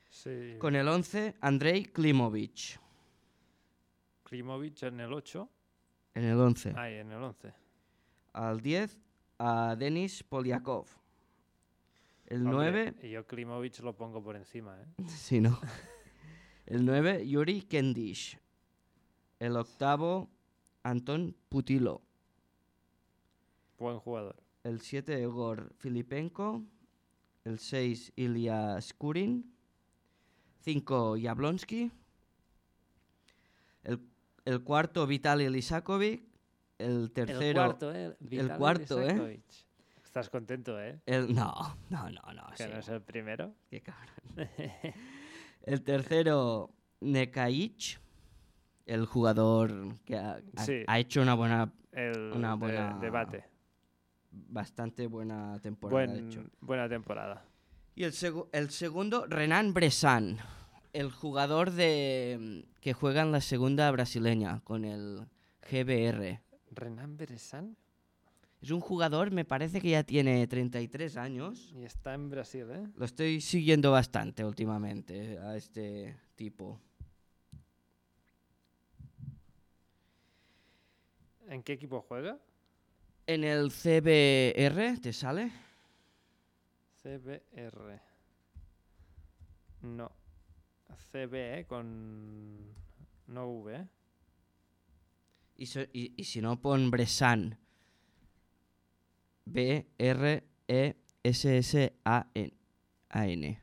[SPEAKER 1] Sí.
[SPEAKER 2] con el 11, Andrei Klimovich.
[SPEAKER 1] Klimovic en el Ah, 8.
[SPEAKER 2] En el 11.
[SPEAKER 1] Ay, en el 11.
[SPEAKER 2] Al 10, a Denis Poliakov. El
[SPEAKER 1] Hombre,
[SPEAKER 2] 9,
[SPEAKER 1] Y yo Klimovich lo pongo por encima, ¿eh?
[SPEAKER 2] (laughs) sí, no. El 9, Yuri Kendish. El octavo, Anton Putilo.
[SPEAKER 1] Buen jugador.
[SPEAKER 2] El 7, Egor Filipenko. El 6, Ilya Skurin. 5, Yablonsky. El, el cuarto, Vitaly Lisakovic. El tercero.
[SPEAKER 1] el cuarto, ¿eh? Vitaly
[SPEAKER 2] cuarto, ¿eh?
[SPEAKER 1] Lisakovic. Estás contento, ¿eh?
[SPEAKER 2] el- no, no, no, no.
[SPEAKER 1] Que
[SPEAKER 2] Ah, sí,
[SPEAKER 1] no es el primero.
[SPEAKER 2] qué cabrón. el tercero, Nekaich. El jugador que ha, ha-
[SPEAKER 1] Sí.
[SPEAKER 2] ha hecho una buena,
[SPEAKER 1] El
[SPEAKER 2] Una
[SPEAKER 1] de-
[SPEAKER 2] buena
[SPEAKER 1] debate.
[SPEAKER 2] bastante buena temporada. de
[SPEAKER 1] Buen-
[SPEAKER 2] hecho.
[SPEAKER 1] buena temporada.
[SPEAKER 2] Y el, segu- el segundo, Renan Bresan, el jugador de que juega en la segunda brasileña con el GBR.
[SPEAKER 1] Renan Beresan
[SPEAKER 2] Es un jugador, me parece que ya tiene 33 años.
[SPEAKER 1] y está en Brasil, ¿eh?
[SPEAKER 2] Lo estoy siguiendo bastante últimamente a este tipo.
[SPEAKER 1] ¿En qué equipo juega?
[SPEAKER 2] En el CBR, ¿te sale?
[SPEAKER 1] CBR. No. CBE con. No V, ¿eh?
[SPEAKER 2] Y, so- y- y si no, pon Bresan. E B-R-E-S-S-A-N. A -N.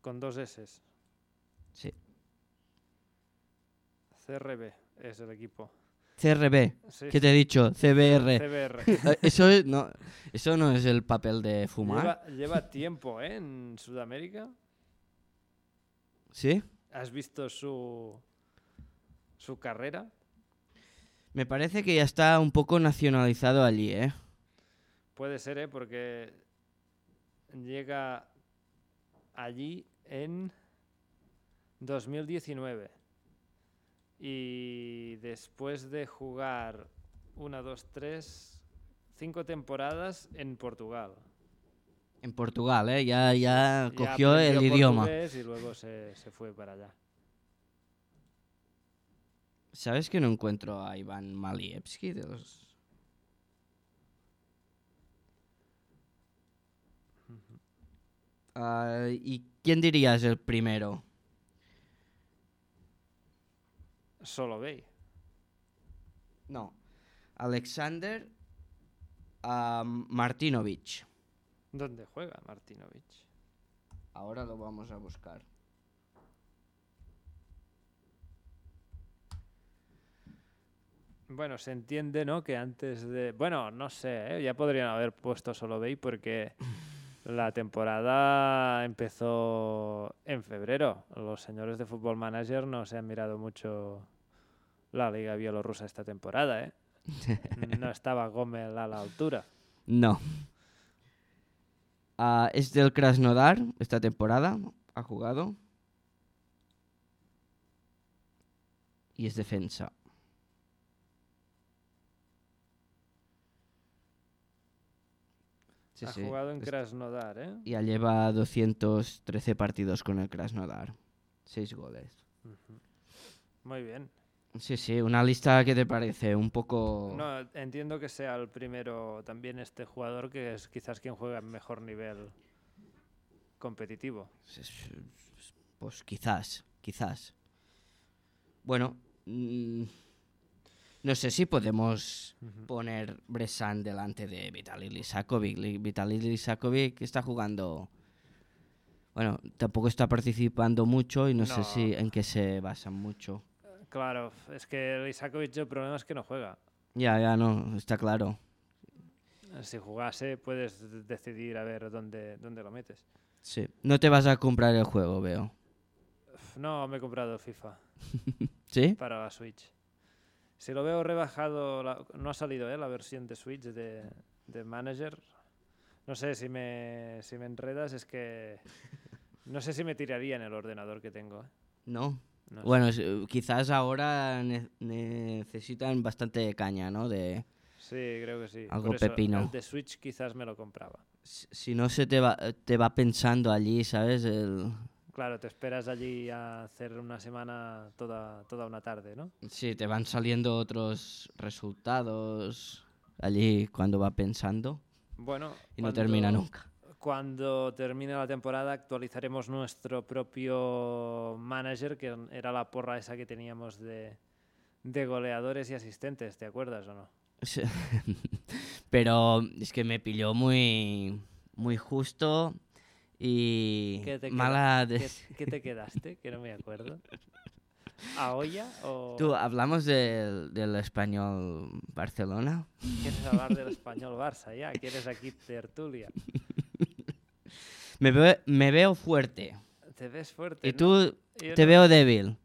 [SPEAKER 1] Con dos S.
[SPEAKER 2] Sí.
[SPEAKER 1] CRB es el equipo.
[SPEAKER 2] CRB.
[SPEAKER 1] Sí,
[SPEAKER 2] ¿Qué te he dicho? CBR. (laughs)
[SPEAKER 1] CBR.
[SPEAKER 2] Eh, Eso es- no, eso no es el papel de fumar,
[SPEAKER 1] Lleva, lleva tiempo, ¿eh? En Sudamérica.
[SPEAKER 2] ¿sí?
[SPEAKER 1] ¿Has visto su. su carrera?
[SPEAKER 2] Me parece que ya está un poco nacionalizado allí, ¿eh?
[SPEAKER 1] Puede ser, ¿eh? Porque llega allí en 2019. Y después de jugar una, dos, tres, cinco temporadas en Portugal.
[SPEAKER 2] En Portugal, ¿eh? Ya, ya
[SPEAKER 1] Ya
[SPEAKER 2] cogió el
[SPEAKER 1] aprendió
[SPEAKER 2] idioma.
[SPEAKER 1] portugués Y luego se, se fue para allá.
[SPEAKER 2] ¿Sabes que no encuentro a Iván Malievski de los... Ah, ¿Y quién dirías el primero?
[SPEAKER 1] Solo ve.
[SPEAKER 2] No. Alexander ah, Martinovich.
[SPEAKER 1] ¿Dónde juega Martinovich?
[SPEAKER 2] Ahora lo vamos a buscar.
[SPEAKER 1] Bueno, se entiende, ¿no? Que antes de. Bueno, no sé, ¿eh? ya podrían haber puesto solo Bay
[SPEAKER 2] (clears throat)
[SPEAKER 1] porque la temporada empezó en febrero. Los señores de Fútbol Manager no se han mirado mucho la Liga Bielorrusa esta temporada,
[SPEAKER 2] (laughs)
[SPEAKER 1] ¿eh? No estaba Gómez a la altura.
[SPEAKER 2] No. Ah, es del Krasnodar esta temporada. Ha jugado. Y es defensa. Sí,
[SPEAKER 1] ha
[SPEAKER 2] sí,
[SPEAKER 1] jugado en
[SPEAKER 2] es-
[SPEAKER 1] Krasnodar, ¿eh?
[SPEAKER 2] Ya lleva 213 partidos con el Krasnodar. 6 goles.
[SPEAKER 1] Muy bien.
[SPEAKER 2] Sí, sí, una lista que te parece un poco...
[SPEAKER 1] No, entiendo que sea el primero también este jugador que es quizás quien juega en mejor nivel competitivo.
[SPEAKER 2] Pues, Es- es- es- Pues quizás, quizás. Bueno, mm, no sé si podemos poner Bresan delante de Vitaly Lisakovic. Li- Vitaly Lisakovic está jugando. Bueno, tampoco está participando mucho y no, sé si
[SPEAKER 1] No.
[SPEAKER 2] en qué se basan mucho.
[SPEAKER 1] Claro, f- es que Isakovic el problema es que no juega.
[SPEAKER 2] Ya, ya, no, está claro.
[SPEAKER 1] Si jugase puedes d- decidir a ver dónde, dónde lo metes.
[SPEAKER 2] Sí. No te vas a comprar el juego, veo.
[SPEAKER 1] Uf, No, me he comprado FIFA
[SPEAKER 2] ¿Sí?
[SPEAKER 1] para la Switch. Si lo veo rebajado, la- no ha salido ¿eh? la versión de Switch de, de Manager. No sé si me, si me enredas, es que... No sé si me tiraría en el ordenador que tengo. ¿eh?
[SPEAKER 2] No.
[SPEAKER 1] No sé.
[SPEAKER 2] Bueno, es- eh, quizás ahora ne- necesitan bastante caña, ¿no? De,
[SPEAKER 1] Sí, creo que sí.
[SPEAKER 2] Algo
[SPEAKER 1] Por eso,
[SPEAKER 2] pepino.
[SPEAKER 1] El de Switch quizás me lo compraba.
[SPEAKER 2] si si no se te va, te va pensando allí, ¿sabes? El...
[SPEAKER 1] Claro, te esperas allí a hacer una semana toda, toda una tarde, ¿no?
[SPEAKER 2] Sí, te van saliendo otros resultados allí cuando va pensando
[SPEAKER 1] Bueno,
[SPEAKER 2] y no termina
[SPEAKER 1] cuando-
[SPEAKER 2] nunca.
[SPEAKER 1] cuando termine la temporada actualizaremos nuestro propio manager, que era la porra esa que teníamos de, de goleadores y asistentes, ¿te acuerdas o no?
[SPEAKER 2] Sí. (laughs) Pero es que me pilló muy, muy justo y
[SPEAKER 1] ¿Qué te,
[SPEAKER 2] mala...
[SPEAKER 1] queda-
[SPEAKER 2] (laughs) de-
[SPEAKER 1] qué- qué te quedaste? Que no me acuerdo. ¿A olla o
[SPEAKER 2] Tú, ¿hablamos del, del español Barcelona?
[SPEAKER 1] quieres hablar del español Barça ya? ¿Quieres aquí tertulia?
[SPEAKER 2] Me, ve- me veo fuerte
[SPEAKER 1] Te ves fuerte.
[SPEAKER 2] y
[SPEAKER 1] ¿no?
[SPEAKER 2] tú
[SPEAKER 1] Yo
[SPEAKER 2] te
[SPEAKER 1] no-
[SPEAKER 2] veo débil.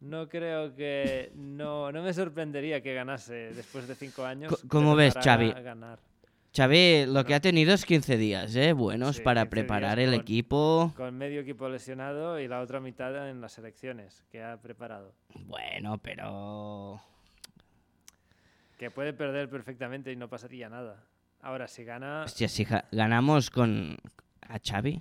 [SPEAKER 1] No creo que. No, no me sorprendería que ganase después de cinco años.
[SPEAKER 2] Co- ¿cómo ves,
[SPEAKER 1] preparará
[SPEAKER 2] Xavi?
[SPEAKER 1] a Ganar.
[SPEAKER 2] Xavi, lo que
[SPEAKER 1] No.
[SPEAKER 2] ha tenido es 15 días, ¿eh? Buenos
[SPEAKER 1] Sí,
[SPEAKER 2] para
[SPEAKER 1] 15 días
[SPEAKER 2] preparar el
[SPEAKER 1] con-
[SPEAKER 2] equipo.
[SPEAKER 1] Con medio equipo lesionado y la otra mitad en las elecciones que ha preparado.
[SPEAKER 2] Bueno, pero...
[SPEAKER 1] Que puede perder perfectamente y no pasaría nada. Ahora, si gana.
[SPEAKER 2] Hostia, si ja- ganamos con a Xavi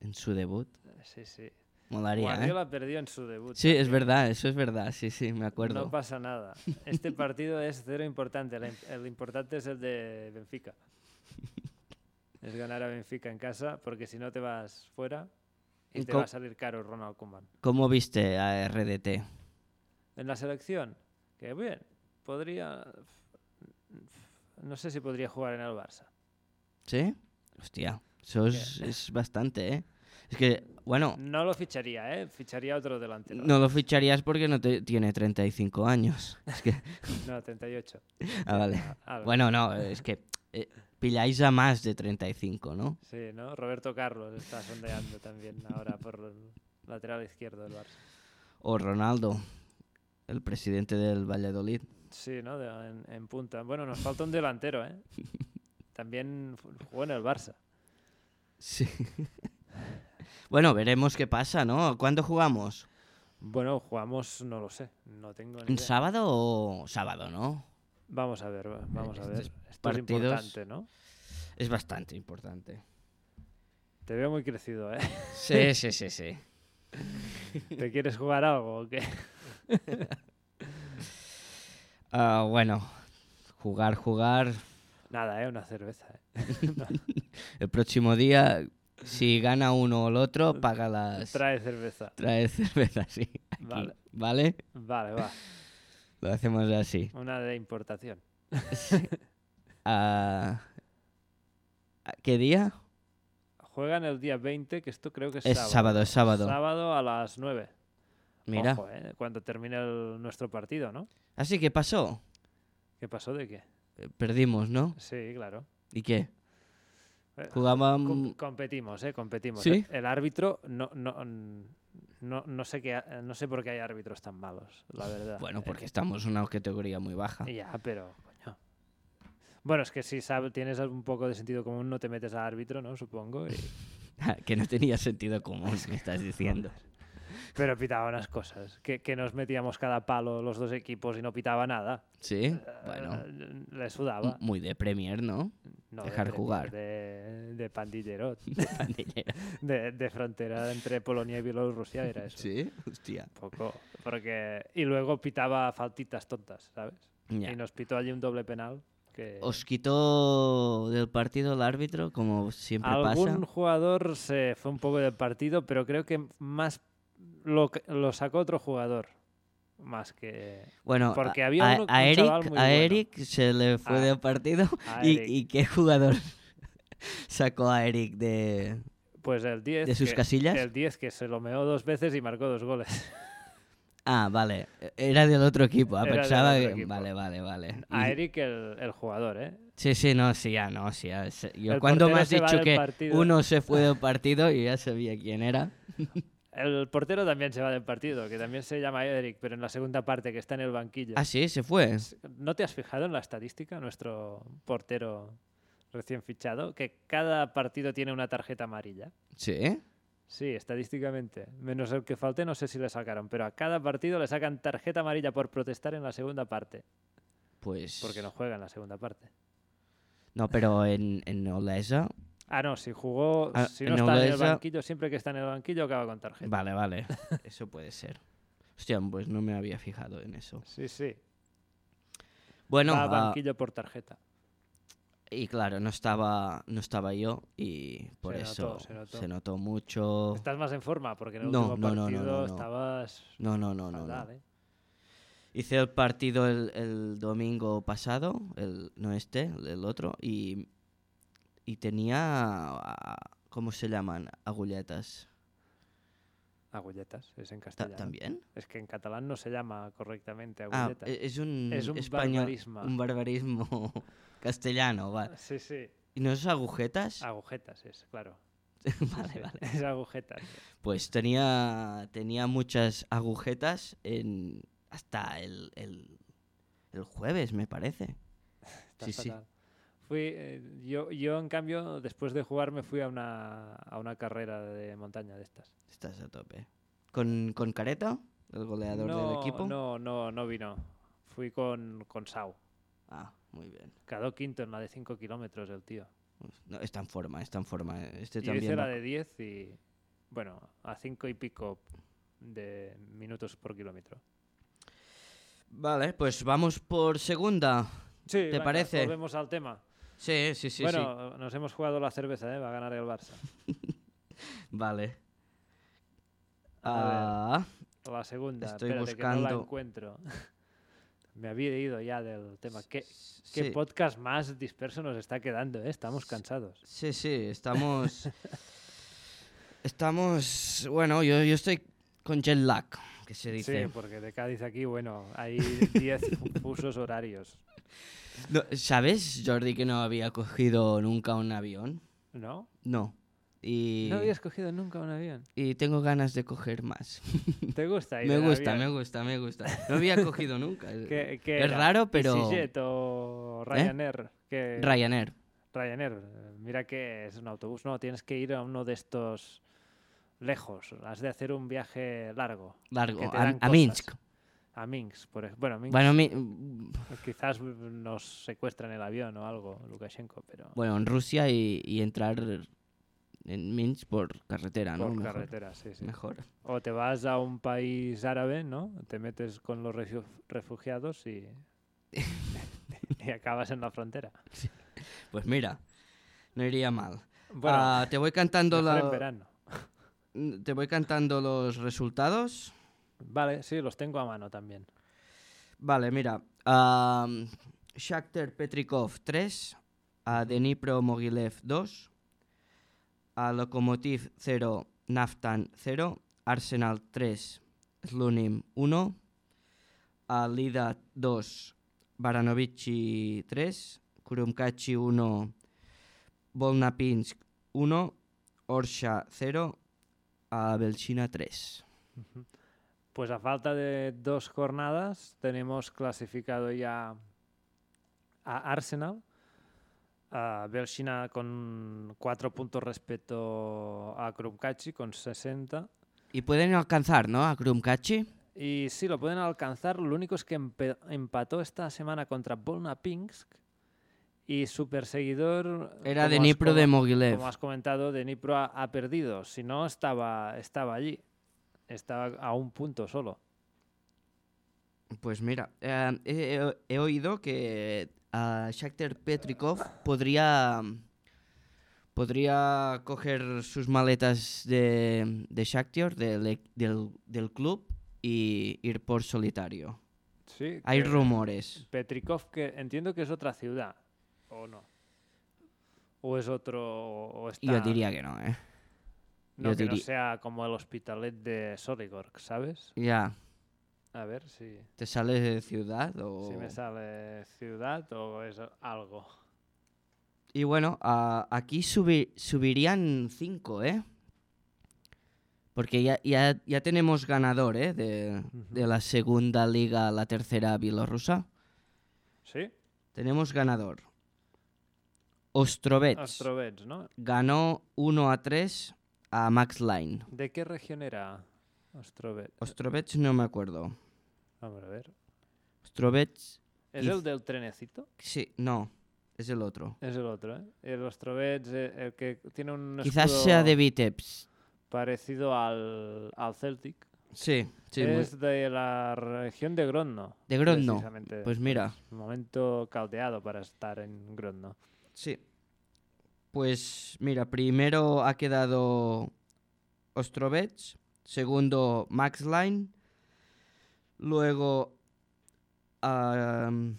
[SPEAKER 2] en su debut,
[SPEAKER 1] Sí, sí.
[SPEAKER 2] molaría, ¿eh?
[SPEAKER 1] Guardiola perdió en su debut.
[SPEAKER 2] Sí, es
[SPEAKER 1] también.
[SPEAKER 2] verdad, eso es verdad, sí, sí, me acuerdo.
[SPEAKER 1] No pasa nada. Este
[SPEAKER 2] (laughs)
[SPEAKER 1] partido es cero importante. la im- El importante es el de Benfica. Es ganar a Benfica en casa, porque si no te vas fuera y
[SPEAKER 2] ¿En
[SPEAKER 1] te
[SPEAKER 2] co-
[SPEAKER 1] va a salir caro Ronald Koeman.
[SPEAKER 2] ¿Cómo viste a RDT?
[SPEAKER 1] En la selección, que bien, podría. No sé si podría jugar en el Barça.
[SPEAKER 2] ¿Sí? Hostia, eso es, es bastante, ¿eh? Es que, bueno,
[SPEAKER 1] No lo ficharía, ¿eh? Ficharía otro delantero.
[SPEAKER 2] no lo ficharías porque no te, tiene
[SPEAKER 1] (laughs)
[SPEAKER 2] 35 años. Es que,
[SPEAKER 1] No, 38.
[SPEAKER 2] ah, vale.
[SPEAKER 1] Ah, algo.
[SPEAKER 2] Bueno, no, es que eh, pilláis a más de 35, ¿no?
[SPEAKER 1] Sí, ¿no? Roberto Carlos está sondeando también ahora por el lateral izquierdo del Barça.
[SPEAKER 2] O Ronaldo, el presidente del Valladolid.
[SPEAKER 1] Sí, ¿no? De- en, en punta. Bueno, nos falta un delantero,
[SPEAKER 2] (laughs)
[SPEAKER 1] ¿eh? También fu- jugó en el Barça.
[SPEAKER 2] Sí. (laughs) bueno, veremos qué pasa, ¿no? ¿Cuándo jugamos?
[SPEAKER 1] Bueno, jugamos, no lo sé, no tengo ni
[SPEAKER 2] ¿En
[SPEAKER 1] idea.
[SPEAKER 2] sábado o sábado, no?
[SPEAKER 1] Vamos a ver, va- vamos a ver.
[SPEAKER 2] estos
[SPEAKER 1] Esto es
[SPEAKER 2] partidos-
[SPEAKER 1] importante, ¿no?
[SPEAKER 2] Es bastante importante.
[SPEAKER 1] Te veo muy
[SPEAKER 2] (laughs)
[SPEAKER 1] crecido, ¿eh?
[SPEAKER 2] Sí, sí, sí, sí.
[SPEAKER 1] ¿Te quieres jugar algo o qué?
[SPEAKER 2] Ah, bueno, jugar, jugar.
[SPEAKER 1] Nada, ¿eh? Una cerveza, ¿eh?
[SPEAKER 2] El próximo día, si gana uno o el otro, paga las...
[SPEAKER 1] Trae cerveza.
[SPEAKER 2] Trae cerveza, sí. aquí,
[SPEAKER 1] Vale.
[SPEAKER 2] ¿Vale?
[SPEAKER 1] Vale, va.
[SPEAKER 2] Lo hacemos así.
[SPEAKER 1] Una de importación.
[SPEAKER 2] Ah, ¿Qué día?
[SPEAKER 1] Juegan el día 20, que esto creo que es,
[SPEAKER 2] Es sábado, es sábado.
[SPEAKER 1] Sábado a las 9.
[SPEAKER 2] Mira.
[SPEAKER 1] Ojo, ¿eh? Cuando termine el- nuestro partido, ¿no?
[SPEAKER 2] Así que pasó.
[SPEAKER 1] ¿Qué pasó de qué?
[SPEAKER 2] Eh, Perdimos, ¿no?
[SPEAKER 1] Sí, claro.
[SPEAKER 2] ¿Y qué?
[SPEAKER 1] Eh, Com-
[SPEAKER 2] Jugaban...
[SPEAKER 1] competimos, eh, competimos.
[SPEAKER 2] ¿Sí?
[SPEAKER 1] El árbitro no, no, no, no sé qué, ha- no sé por qué hay árbitros tan malos, la verdad.
[SPEAKER 2] Bueno,
[SPEAKER 1] Eh,
[SPEAKER 2] porque estamos en una categoría muy baja.
[SPEAKER 1] Ya, pero coño. Bueno, es que si sabes, tienes un poco de sentido común, no te metes al árbitro, ¿no? Supongo. y-
[SPEAKER 2] (laughs) que no tenía sentido común, me
[SPEAKER 1] (laughs)
[SPEAKER 2] estás diciendo.
[SPEAKER 1] Pero pitaba unas cosas. Que, que nos metíamos cada palo los dos equipos y no pitaba nada.
[SPEAKER 2] Sí,
[SPEAKER 1] Eh,
[SPEAKER 2] bueno.
[SPEAKER 1] Le sudaba.
[SPEAKER 2] Muy de Premier, ¿no?
[SPEAKER 1] (laughs) No,
[SPEAKER 2] dejar
[SPEAKER 1] Premier,
[SPEAKER 2] jugar.
[SPEAKER 1] De, de pandillero.
[SPEAKER 2] Pandillero.
[SPEAKER 1] De, de frontera entre Polonia y Bielorrusia era eso.
[SPEAKER 2] Sí, hostia.
[SPEAKER 1] Poco, porque... Y luego pitaba faltitas tontas, ¿sabes?
[SPEAKER 2] Ya.
[SPEAKER 1] Y nos pitó allí un doble penal. Que
[SPEAKER 2] Os quitó del partido el árbitro, como siempre
[SPEAKER 1] Algún
[SPEAKER 2] pasa.
[SPEAKER 1] jugador se fue un poco del partido, pero creo que más lo, que- lo sacó otro jugador. Más que...
[SPEAKER 2] Bueno,
[SPEAKER 1] porque
[SPEAKER 2] a-
[SPEAKER 1] había
[SPEAKER 2] a,
[SPEAKER 1] uno-
[SPEAKER 2] a
[SPEAKER 1] un
[SPEAKER 2] Eric,
[SPEAKER 1] chaval muy
[SPEAKER 2] a
[SPEAKER 1] bueno.
[SPEAKER 2] Eric se le fue
[SPEAKER 1] A-
[SPEAKER 2] del partido.
[SPEAKER 1] a
[SPEAKER 2] ¿Y,
[SPEAKER 1] Eric.
[SPEAKER 2] y qué jugador (laughs) sacó a Eric de...?
[SPEAKER 1] Pues el 10...
[SPEAKER 2] ¿De sus
[SPEAKER 1] que-
[SPEAKER 2] casillas?
[SPEAKER 1] El 10 que se lo meó dos veces y marcó dos goles.
[SPEAKER 2] Ah, vale. Era del otro equipo. ah,
[SPEAKER 1] Era del
[SPEAKER 2] pensaba
[SPEAKER 1] otro
[SPEAKER 2] que...
[SPEAKER 1] equipo.
[SPEAKER 2] Vale, vale, vale.
[SPEAKER 1] A
[SPEAKER 2] Y-
[SPEAKER 1] Eric el, el jugador, ¿eh?
[SPEAKER 2] Sí, sí, no, sí, ya, no, sí, ya. sé- Yo
[SPEAKER 1] El
[SPEAKER 2] cuando me
[SPEAKER 1] portero
[SPEAKER 2] has
[SPEAKER 1] se va
[SPEAKER 2] dicho
[SPEAKER 1] del
[SPEAKER 2] que
[SPEAKER 1] partido.
[SPEAKER 2] uno se fue
[SPEAKER 1] (laughs)
[SPEAKER 2] del partido, yo ya sabía quién era.
[SPEAKER 1] El portero también se va del partido, que también se llama Eric, pero en la segunda parte que está en el banquillo.
[SPEAKER 2] Ah, sí, se fue.
[SPEAKER 1] ¿No te has fijado en la estadística? Nuestro portero recién fichado, que cada partido tiene una tarjeta amarilla.
[SPEAKER 2] Sí.
[SPEAKER 1] Sí, estadísticamente. Menos el que falte, no sé si le sacaron, pero a cada partido le sacan tarjeta amarilla por protestar en la segunda parte,
[SPEAKER 2] Pues.
[SPEAKER 1] porque no juega en la segunda parte.
[SPEAKER 2] No, pero en, en Olesa.
[SPEAKER 1] Ah, no, si jugó,
[SPEAKER 2] Ah,
[SPEAKER 1] si no
[SPEAKER 2] en
[SPEAKER 1] está en el
[SPEAKER 2] Olesa-
[SPEAKER 1] banquillo, siempre que está en el banquillo acaba con tarjeta. (laughs)
[SPEAKER 2] Vale, vale. Eso puede ser. Hostia, pues no me había fijado en eso.
[SPEAKER 1] Sí, sí.
[SPEAKER 2] Bueno,
[SPEAKER 1] va
[SPEAKER 2] ah,
[SPEAKER 1] banquillo por tarjeta.
[SPEAKER 2] Y claro, no estaba, no estaba yo y por
[SPEAKER 1] Se
[SPEAKER 2] eso
[SPEAKER 1] notó, se notó.
[SPEAKER 2] mucho.
[SPEAKER 1] Estás más en forma porque en el
[SPEAKER 2] No,
[SPEAKER 1] último
[SPEAKER 2] no, no, no,
[SPEAKER 1] partido
[SPEAKER 2] no, no.
[SPEAKER 1] estabas.
[SPEAKER 2] No, no, no, no.
[SPEAKER 1] fatal,
[SPEAKER 2] no.
[SPEAKER 1] ¿eh?
[SPEAKER 2] Hice el partido el, el domingo pasado, el, no este, el, el otro, y, y tenía, ah, ¿cómo se llaman? Agulletas.
[SPEAKER 1] Agulletas, es en
[SPEAKER 2] Ta-
[SPEAKER 1] castellano.
[SPEAKER 2] ¿También?
[SPEAKER 1] Es que en catalán no se llama correctamente
[SPEAKER 2] Ah,
[SPEAKER 1] agulleta.
[SPEAKER 2] e- es un,
[SPEAKER 1] Es un
[SPEAKER 2] español,
[SPEAKER 1] barbarisma.
[SPEAKER 2] un barbarismo (laughs) castellano, vale.
[SPEAKER 1] Ah, sí, sí,
[SPEAKER 2] ¿Y no es
[SPEAKER 1] Ah,
[SPEAKER 2] agujetas?
[SPEAKER 1] agujetas es, claro.
[SPEAKER 2] (laughs) vale, vale.
[SPEAKER 1] Es agujetas.
[SPEAKER 2] Pues tenía, tenía muchas agujetas en, hasta el, el, el jueves, me parece.
[SPEAKER 1] Está
[SPEAKER 2] Sí, sí.
[SPEAKER 1] fatal. Fui, eh, yo, yo, en cambio, después de jugar me fui a una, a una carrera de montaña de estas.
[SPEAKER 2] Estás a tope. ¿Con, con Careta, el goleador del
[SPEAKER 1] No,
[SPEAKER 2] equipo?
[SPEAKER 1] No, no, no vino. Fui con, con Sau.
[SPEAKER 2] Ah, muy bien.
[SPEAKER 1] Quedó quinto en la de 5 kilómetros el tío.
[SPEAKER 2] Uf, No, está en forma, está en forma. Este
[SPEAKER 1] Yo
[SPEAKER 2] también
[SPEAKER 1] hice la
[SPEAKER 2] va-
[SPEAKER 1] de 10 y, bueno, a 5 y pico de minutos por kilómetro.
[SPEAKER 2] Vale, pues vamos por segunda.
[SPEAKER 1] Sí, venga,
[SPEAKER 2] parece?
[SPEAKER 1] Volvemos al tema.
[SPEAKER 2] Sí, sí, sí, sí.
[SPEAKER 1] bueno, nos hemos jugado la cerveza, ¿eh? va a ganar el Barça.
[SPEAKER 2] Vale.
[SPEAKER 1] A
[SPEAKER 2] Ah,
[SPEAKER 1] La segunda,
[SPEAKER 2] Estoy
[SPEAKER 1] espérate, que no la
[SPEAKER 2] buscando.
[SPEAKER 1] encuentro. (laughs) Me había ido ya del tema. ¿Qué, qué
[SPEAKER 2] sí.
[SPEAKER 1] podcast más disperso nos está quedando? eh? Estamos cansados.
[SPEAKER 2] Sí, sí, estamos. (laughs) estamos. Bueno, yo, yo estoy con jet lag, que se dice.
[SPEAKER 1] Sí, porque de Cádiz aquí, bueno, hay
[SPEAKER 2] (laughs)
[SPEAKER 1] 10 fu- fusos horarios,
[SPEAKER 2] No, ¿Sabes, Jordi, que no había cogido nunca un avión?
[SPEAKER 1] ¿no?
[SPEAKER 2] No. Y,
[SPEAKER 1] No habías cogido nunca un avión.
[SPEAKER 2] y tengo ganas de coger más.
[SPEAKER 1] ¿Te gusta ir
[SPEAKER 2] me
[SPEAKER 1] en
[SPEAKER 2] gusta,
[SPEAKER 1] avión?
[SPEAKER 2] me gusta, me gusta. No había
[SPEAKER 1] (laughs)
[SPEAKER 2] cogido nunca.
[SPEAKER 1] ¿Qué- qué
[SPEAKER 2] es
[SPEAKER 1] era?
[SPEAKER 2] raro, pero. ¿eh?
[SPEAKER 1] EasyJet o Ryanair. que-
[SPEAKER 2] Ryanair.
[SPEAKER 1] Ryanair, eh, mira que es un autobús. No, tienes que ir a uno de estos lejos. Has de hacer un viaje largo.
[SPEAKER 2] Largo.
[SPEAKER 1] que te
[SPEAKER 2] A,
[SPEAKER 1] dan
[SPEAKER 2] a
[SPEAKER 1] cosas.
[SPEAKER 2] Minsk.
[SPEAKER 1] A Minsk, por ejemplo. Bueno, Minsk
[SPEAKER 2] Bueno, mi-
[SPEAKER 1] quizás nos secuestran el avión o algo, Lukashenko, pero
[SPEAKER 2] bueno, en Rusia y, y entrar en Minsk por carretera, ¿no?
[SPEAKER 1] por
[SPEAKER 2] Mejor.
[SPEAKER 1] carretera, sí, sí.
[SPEAKER 2] Mejor.
[SPEAKER 1] O te vas a un país árabe, ¿no? Te metes con los refu- refugiados
[SPEAKER 2] (laughs)
[SPEAKER 1] y, y acabas en la frontera.
[SPEAKER 2] Pues mira, no iría mal.
[SPEAKER 1] Bueno,
[SPEAKER 2] Ah, te voy cantando
[SPEAKER 1] mejor
[SPEAKER 2] la-
[SPEAKER 1] en verano.
[SPEAKER 2] mm, te voy cantando los resultados.
[SPEAKER 1] Vale, sí, los tengo a mano también.
[SPEAKER 2] Vale, mira. ah, Shakhtar Petrikov 3, a Dnipro Mogilev 2, a Lokomotiv 0, Naftan 0, Arsenal 3, Slunim 1, a Lida 2, Baranovici 3, Kurumkachi 1, Volnapinsk 1, Orsha 0, a Belchina 3.
[SPEAKER 1] Pues a falta de dos jornadas tenemos clasificado ya a Arsenal, a Belchina con cuatro puntos respecto a Krupkachi con 60.
[SPEAKER 2] Y pueden alcanzar, ¿no? A Kurumkachi.
[SPEAKER 1] Y sí, lo pueden alcanzar. Lo único es que empe- empató esta semana contra Volnapinsk y su perseguidor...
[SPEAKER 2] Era
[SPEAKER 1] como
[SPEAKER 2] de
[SPEAKER 1] has
[SPEAKER 2] Nipro de
[SPEAKER 1] comen-
[SPEAKER 2] Mogilev.
[SPEAKER 1] Como has comentado, de Nipro ha, ha perdido. Si no, estaba, estaba allí. Estaba a un punto solo.
[SPEAKER 2] Pues mira, eh, he, he oído que eh, a Shakhtar Petrikov podría podría coger sus maletas de, de Shakhtar, del e- del, del club, y ir por solitario.
[SPEAKER 1] Sí,
[SPEAKER 2] Hay
[SPEAKER 1] que-
[SPEAKER 2] rumores.
[SPEAKER 1] Petrikov, que entiendo que es otra ciudad, ¿o no? ¿O es otro...? O está,
[SPEAKER 2] Yo diría que no, ¿eh?
[SPEAKER 1] no,
[SPEAKER 2] yo
[SPEAKER 1] que no
[SPEAKER 2] diría-
[SPEAKER 1] sea como el Hospitalet de Soligorsk, ¿sabes?
[SPEAKER 2] Ya,
[SPEAKER 1] A ver si,
[SPEAKER 2] ¿te sales de ciudad o...?
[SPEAKER 1] si me sale ciudad o es algo.
[SPEAKER 2] Y bueno, a- aquí subi- subirían 5, ¿eh? Porque ya, ya, ya tenemos ganador, ¿eh? De, de la segunda liga a la tercera bielorrusa.
[SPEAKER 1] ¿Sí?
[SPEAKER 2] Tenemos ganador. Ostrovets
[SPEAKER 1] Astrovets, ¿no?
[SPEAKER 2] ganó 1 a 3 a Max Line.
[SPEAKER 1] ¿De qué región era Ostrovets?
[SPEAKER 2] Ostrovets no me acuerdo.
[SPEAKER 1] Vamos a ver.
[SPEAKER 2] Ostrovets,
[SPEAKER 1] ¿Es
[SPEAKER 2] Iz-
[SPEAKER 1] el del trenecito?
[SPEAKER 2] sí, no, es el otro.
[SPEAKER 1] Es el otro, ¿eh? El Ostrovets, eh, el que tiene un
[SPEAKER 2] Quizás sea
[SPEAKER 1] escudo
[SPEAKER 2] de Vitebs.
[SPEAKER 1] parecido al, al Celtic.
[SPEAKER 2] Sí, sí. muy-
[SPEAKER 1] es de la región de Grodno.
[SPEAKER 2] De Grodno.
[SPEAKER 1] precisamente.
[SPEAKER 2] Pues mira,
[SPEAKER 1] Un momento caldeado para estar en Grodno.
[SPEAKER 2] Sí. Pues mira, primero ha quedado Ostrovets, segundo Max Line, luego um,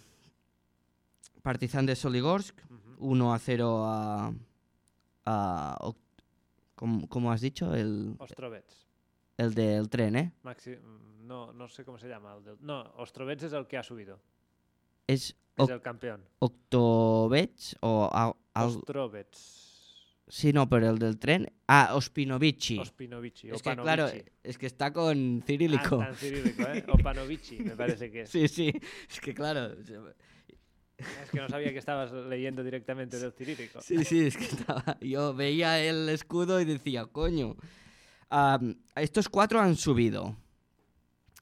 [SPEAKER 2] Partizan de Soligorsk, 1 a 0 a, a Oct- ¿cómo, cómo has dicho? El,
[SPEAKER 1] Ostrovets.
[SPEAKER 2] el del tren, ¿eh?
[SPEAKER 1] Maxi- mm, no, no sé cómo se llama. el del- No, Ostrovets es el que ha subido.
[SPEAKER 2] ¿Es
[SPEAKER 1] Es
[SPEAKER 2] Oc-
[SPEAKER 1] el campeón.
[SPEAKER 2] Octovets o a- al-
[SPEAKER 1] Ostrovets.
[SPEAKER 2] Sí, no, pero el del tren. Ah, Ospinovici.
[SPEAKER 1] Ospinovici.
[SPEAKER 2] es que claro, eh,
[SPEAKER 1] Opanovici.
[SPEAKER 2] es que está con
[SPEAKER 1] Ah,
[SPEAKER 2] cirílico.
[SPEAKER 1] tan cirílico, ¿eh? Opanovici, me parece que es.
[SPEAKER 2] (laughs) Sí, sí, es que claro. se-
[SPEAKER 1] Es que no sabía que estabas leyendo directamente del cirílico.
[SPEAKER 2] Sí, sí, es que estaba. Yo veía el escudo y decía, coño. Am, estos cuatro han subido.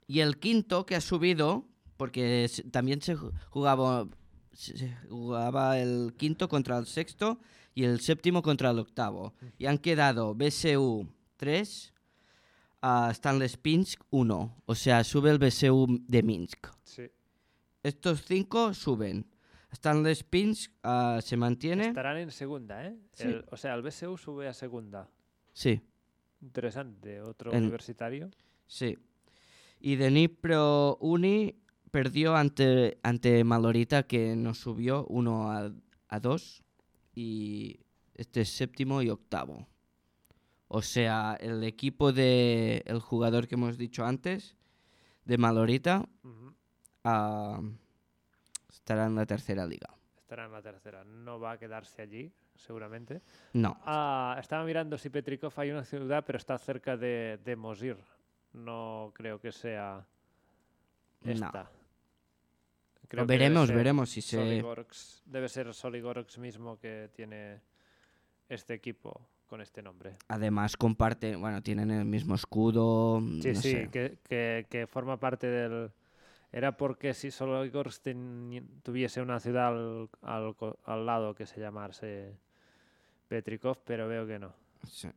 [SPEAKER 2] Y el quinto que ha subido, porque se- también se ju- jugaba, se- se jugaba el quinto contra el sexto y el séptimo contra el octavo. Y han quedado BSU 3 a ah, Stanley Pinsk 1. O sea, sube el BSU de Minsk.
[SPEAKER 1] Sí.
[SPEAKER 2] Estos cinco suben. Stanley Pinsk ah, se mantiene.
[SPEAKER 1] Estarán en segunda, ¿eh?
[SPEAKER 2] Sí.
[SPEAKER 1] El- o sea, el BSU sube a segunda.
[SPEAKER 2] Sí.
[SPEAKER 1] Interesante, otro
[SPEAKER 2] En-
[SPEAKER 1] universitario.
[SPEAKER 2] Sí. Y Dnipro Uni perdió ante, ante Malorita, que nos subió 1 a, a 2. Y este es séptimo y octavo. O sea, el equipo de el jugador que hemos dicho antes, de Malorita,
[SPEAKER 1] Ujú.
[SPEAKER 2] ah, estará en la tercera liga.
[SPEAKER 1] Estará en la tercera. No va a quedarse allí, seguramente.
[SPEAKER 2] No.
[SPEAKER 1] Ah, estaba mirando si Petrikov hay una ciudad, pero está cerca de, de Mosir. No creo que sea
[SPEAKER 2] No.
[SPEAKER 1] esta. Creo
[SPEAKER 2] Lo
[SPEAKER 1] que debe
[SPEAKER 2] veremos,
[SPEAKER 1] ser
[SPEAKER 2] veremos si se...
[SPEAKER 1] Soligorsk. Debe ser Soligorx mismo que tiene este equipo con este nombre.
[SPEAKER 2] Además comparten, bueno, tienen el mismo escudo. mm,
[SPEAKER 1] Sí,
[SPEAKER 2] no
[SPEAKER 1] sí,
[SPEAKER 2] sé.
[SPEAKER 1] que, que- que forma parte del... Era porque si solo Igorsk teni- tuviese una ciudad al, al co- al lado que se llamase Petrikov, pero veo que no.
[SPEAKER 2] Sí.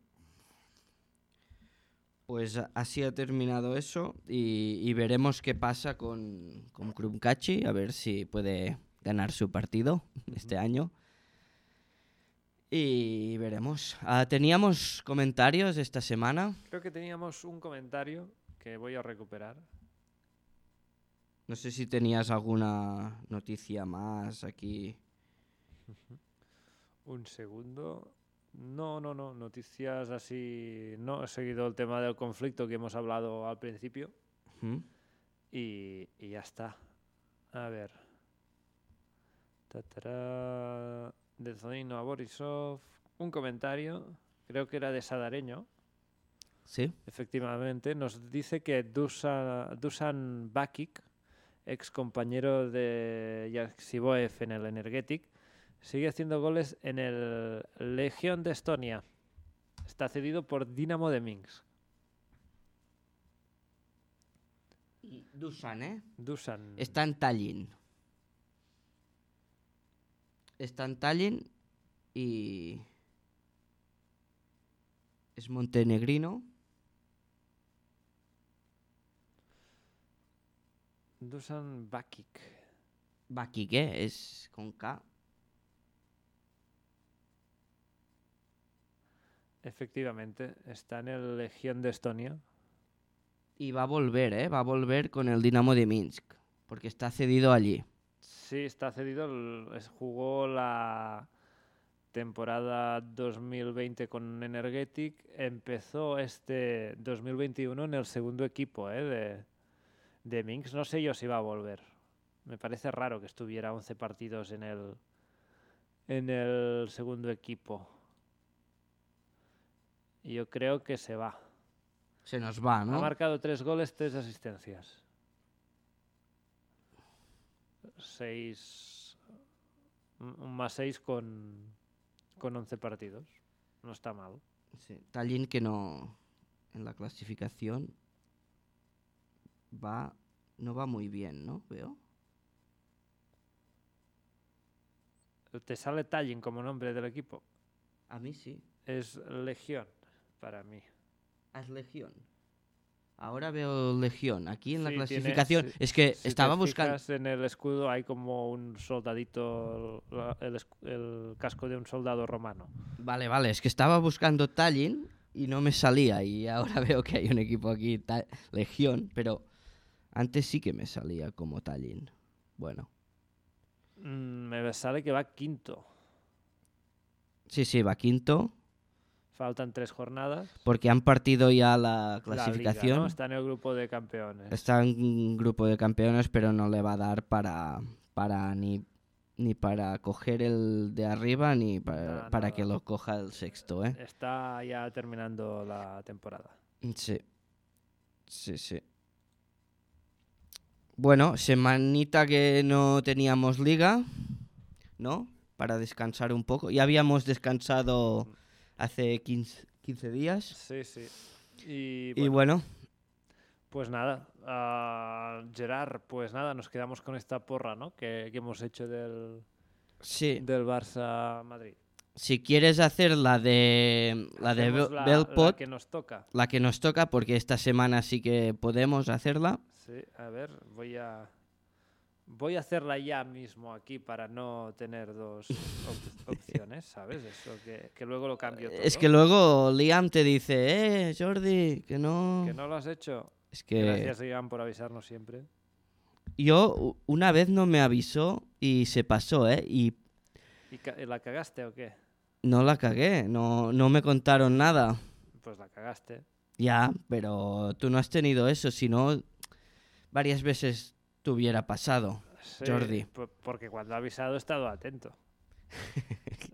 [SPEAKER 2] Pues a- así ha terminado eso y, y veremos qué pasa con, con Krumkachi, a ver si puede ganar su partido este año. Y veremos. Ah, teníamos comentarios esta semana.
[SPEAKER 1] Creo que teníamos un comentario que voy a recuperar.
[SPEAKER 2] No sé si tenías alguna noticia más aquí.
[SPEAKER 1] Un segundo. No, no, no. Noticias así. No, he seguido el tema del conflicto que hemos hablado al principio.
[SPEAKER 2] ¿Mm?
[SPEAKER 1] Y, y ya está. A ver. Tatará. De Zonino a Borisov. Un comentario. Creo que era de Sadareño.
[SPEAKER 2] Sí.
[SPEAKER 1] Efectivamente. Nos dice que Dusa- Dusan Bakic, ex compañero de Yaksiboev en el Energetic, sigue haciendo goles en el Legión de Estonia. Está cedido por Dinamo de Minsk.
[SPEAKER 2] Dusan, ¿eh?
[SPEAKER 1] Dusan.
[SPEAKER 2] Está en Tallinn. Está en Tallinn y. Es montenegrino.
[SPEAKER 1] Dusan Bakic.
[SPEAKER 2] Baquique es con K.
[SPEAKER 1] Efectivamente, está en el Legión de Estonia.
[SPEAKER 2] Y va a volver, ¿eh? Va a volver con el Dinamo de Minsk. Porque está cedido allí.
[SPEAKER 1] Sí, está cedido. el- es- Jugó la temporada 2020 con Energetic. Empezó este 2021 en el segundo equipo eh, de, de Minsk. No sé yo si va a volver. Me parece raro que estuviera 11 partidos en el, en el segundo equipo. Yo creo que se va.
[SPEAKER 2] Se nos va,
[SPEAKER 1] Ha
[SPEAKER 2] ¿no?
[SPEAKER 1] marcado tres goles, tres asistencias. Seis. Un un más seis con. Con 11 partidos. No está mal.
[SPEAKER 2] Sí, Tallinn que no. En la clasificación. Va. No va muy bien, ¿no? Veo.
[SPEAKER 1] Te sale Tallinn como nombre del equipo.
[SPEAKER 2] A mí sí.
[SPEAKER 1] Es Legión para mí.
[SPEAKER 2] Haz legión. Ahora veo Legión. Aquí en la
[SPEAKER 1] Sí, tiene-
[SPEAKER 2] clasificación.
[SPEAKER 1] sí,
[SPEAKER 2] es que
[SPEAKER 1] Si
[SPEAKER 2] estaba
[SPEAKER 1] te
[SPEAKER 2] buscando.
[SPEAKER 1] fijas en el escudo hay como un soldadito, la- el, escu- el casco de un soldado romano.
[SPEAKER 2] Vale, vale. Es que estaba buscando Tallinn y no me salía. Y ahora (laughs) veo que hay un equipo aquí, Ta- Legión. Pero antes sí que me salía como Tallinn. Bueno.
[SPEAKER 1] Mm, me sale que va quinto.
[SPEAKER 2] Sí, sí, va quinto.
[SPEAKER 1] Faltan tres jornadas.
[SPEAKER 2] Porque han partido ya la
[SPEAKER 1] La liga,
[SPEAKER 2] clasificación.
[SPEAKER 1] ¿no? Está en el grupo de campeones.
[SPEAKER 2] Está en un grupo de campeones, pero no le va a dar para, para ni, ni para coger el de arriba ni para,
[SPEAKER 1] No,
[SPEAKER 2] para
[SPEAKER 1] nada.
[SPEAKER 2] que lo coja el sexto, ¿eh?
[SPEAKER 1] Está ya terminando la temporada.
[SPEAKER 2] Sí. Sí, sí. Bueno, semanita que no teníamos liga, ¿no? Para descansar un poco. Ya habíamos descansado hace 15, 15 días.
[SPEAKER 1] Sí, sí. Y
[SPEAKER 2] Y
[SPEAKER 1] bueno,
[SPEAKER 2] bueno,
[SPEAKER 1] pues nada. ah, Gerard, pues nada, nos quedamos con esta porra, ¿no? Que, que hemos hecho del,
[SPEAKER 2] sí.
[SPEAKER 1] del Barça-Madrid.
[SPEAKER 2] Si quieres hacer la de la de
[SPEAKER 1] Hacemos
[SPEAKER 2] Bel-
[SPEAKER 1] la-
[SPEAKER 2] Belpot,
[SPEAKER 1] la que nos toca.
[SPEAKER 2] la que nos toca, porque esta semana sí que podemos hacerla.
[SPEAKER 1] Sí, a ver, voy a. Voy a hacerla ya mismo aquí para no tener dos
[SPEAKER 2] (laughs)
[SPEAKER 1] op- opciones, ¿sabes? Eso, que, que luego lo cambio todo.
[SPEAKER 2] Es que luego Liam te dice, eh, Jordi, que no.
[SPEAKER 1] Que no lo has hecho.
[SPEAKER 2] Es que
[SPEAKER 1] Gracias, Iván, por avisarnos siempre.
[SPEAKER 2] yo u- una vez no me avisó y se pasó, ¿eh? Y
[SPEAKER 1] ¿Y ca- la cagaste o qué?
[SPEAKER 2] no la cagué, no, no me contaron nada.
[SPEAKER 1] Pues la cagaste.
[SPEAKER 2] Ya, pero tú no has tenido eso, si no, varias veces te hubiera pasado.
[SPEAKER 1] Sí,
[SPEAKER 2] Jordi.
[SPEAKER 1] po- porque cuando ha avisado he estado
[SPEAKER 2] (laughs)
[SPEAKER 1] atento.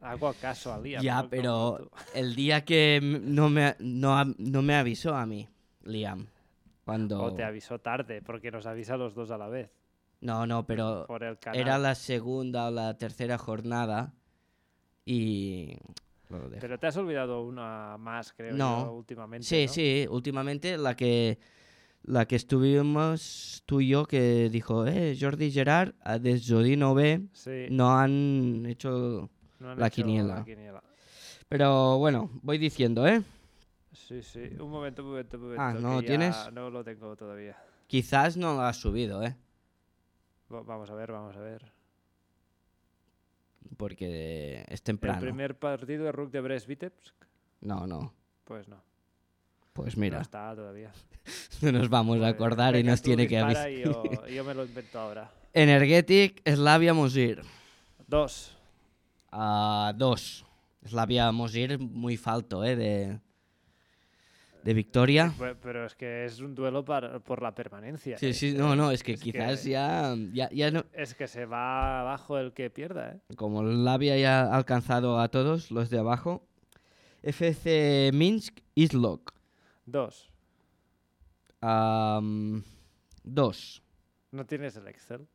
[SPEAKER 1] Hago caso al día.
[SPEAKER 2] Ya,
[SPEAKER 1] ¿no? Como
[SPEAKER 2] pero
[SPEAKER 1] tú.
[SPEAKER 2] el día que m- no me, no, a- no me avisó a mí, Liam. Cuando...
[SPEAKER 1] O te avisó tarde, porque nos avisa a los dos a la vez.
[SPEAKER 2] No, no, pero
[SPEAKER 1] Por el canal.
[SPEAKER 2] era la segunda o la tercera jornada y... lo dejo.
[SPEAKER 1] Pero te has olvidado una más, creo
[SPEAKER 2] No.
[SPEAKER 1] yo, últimamente.
[SPEAKER 2] Sí,
[SPEAKER 1] ¿no?
[SPEAKER 2] sí, últimamente la que, la que estuvimos tú y yo que dijo, eh, Jordi Gerard, a Jordi no ve,
[SPEAKER 1] Sí,
[SPEAKER 2] no han hecho...
[SPEAKER 1] no han
[SPEAKER 2] la
[SPEAKER 1] hecho
[SPEAKER 2] quiniela. Pero bueno, voy diciendo, ¿eh?
[SPEAKER 1] Sí, sí. Un momento, un momento, un momento.
[SPEAKER 2] Ah, ¿no lo
[SPEAKER 1] que ya
[SPEAKER 2] tienes?
[SPEAKER 1] No lo tengo todavía.
[SPEAKER 2] Quizás no lo has subido, ¿eh?
[SPEAKER 1] Va- Vamos a ver, vamos a ver.
[SPEAKER 2] Porque es
[SPEAKER 1] El
[SPEAKER 2] temprano.
[SPEAKER 1] primer partido de Rook de Brest Vitebsk.
[SPEAKER 2] No, no.
[SPEAKER 1] Pues no.
[SPEAKER 2] Pues
[SPEAKER 1] No
[SPEAKER 2] mira,
[SPEAKER 1] está todavía.
[SPEAKER 2] no (laughs) nos vamos a
[SPEAKER 1] Pues,
[SPEAKER 2] acordar y
[SPEAKER 1] venga,
[SPEAKER 2] nos
[SPEAKER 1] tú
[SPEAKER 2] tiene que
[SPEAKER 1] dispara
[SPEAKER 2] avisar.
[SPEAKER 1] y Yo, y yo me lo invento ahora.
[SPEAKER 2] (laughs) Energetic, Slavia Mosir.
[SPEAKER 1] Dos.
[SPEAKER 2] A dos. Slavia Mosir muy falto, ¿eh? De, de victoria.
[SPEAKER 1] Pe- Pero es que es un duelo para- por la permanencia.
[SPEAKER 2] Sí,
[SPEAKER 1] ¿eh?
[SPEAKER 2] sí, no, no, es que eh,
[SPEAKER 1] es
[SPEAKER 2] quizás
[SPEAKER 1] que-
[SPEAKER 2] ya, ya, ya no.
[SPEAKER 1] Es que se va abajo el que pierda, ¿eh?
[SPEAKER 2] Como Slavia ya ha alcanzado a todos los de abajo. FC Minsk, Islok.
[SPEAKER 1] Dos.
[SPEAKER 2] Am, dos.
[SPEAKER 1] No tienes el Excel.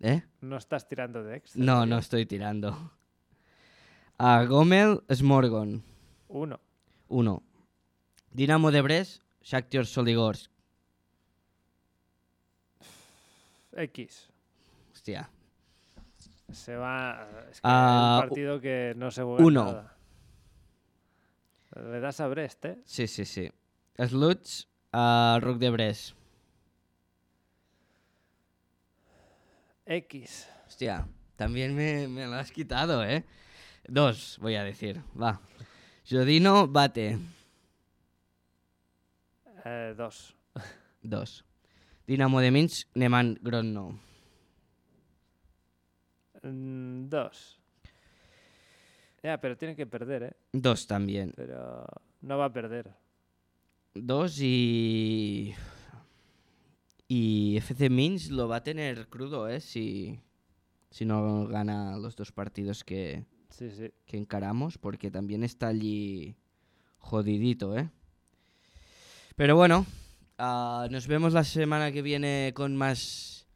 [SPEAKER 2] ¿Eh?
[SPEAKER 1] No estás tirando de Excel.
[SPEAKER 2] No,
[SPEAKER 1] tío.
[SPEAKER 2] no estoy tirando. A Gomel, Smorgon.
[SPEAKER 1] Uno.
[SPEAKER 2] 1. Dinamo de Brest, Shakhtar Soligorsk.
[SPEAKER 1] X.
[SPEAKER 2] Hostia.
[SPEAKER 1] Se va. Es que
[SPEAKER 2] Ah,
[SPEAKER 1] es un
[SPEAKER 2] u-
[SPEAKER 1] partido que no se juega
[SPEAKER 2] uno.
[SPEAKER 1] nada. Le das a Brest, ¿eh?
[SPEAKER 2] Sí, sí, sí. Sluts a Rock de Brest.
[SPEAKER 1] X.
[SPEAKER 2] Hostia. También me, me lo has quitado, ¿eh? Dos, voy a decir. Va. Jodino, bate.
[SPEAKER 1] Eh, dos.
[SPEAKER 2] Dos. Dinamo de Minsk, Neman Grodno.
[SPEAKER 1] Mm, dos. Ya, pero tiene que perder, ¿eh?
[SPEAKER 2] Dos también.
[SPEAKER 1] Pero no va a perder.
[SPEAKER 2] Dos y... Y FC Minsk lo va a tener crudo, ¿eh? Si, si no gana los dos partidos que,
[SPEAKER 1] Sí, sí.
[SPEAKER 2] que encaramos, porque también está allí jodidito, ¿eh? Pero bueno, ah, nos vemos la semana que viene con más,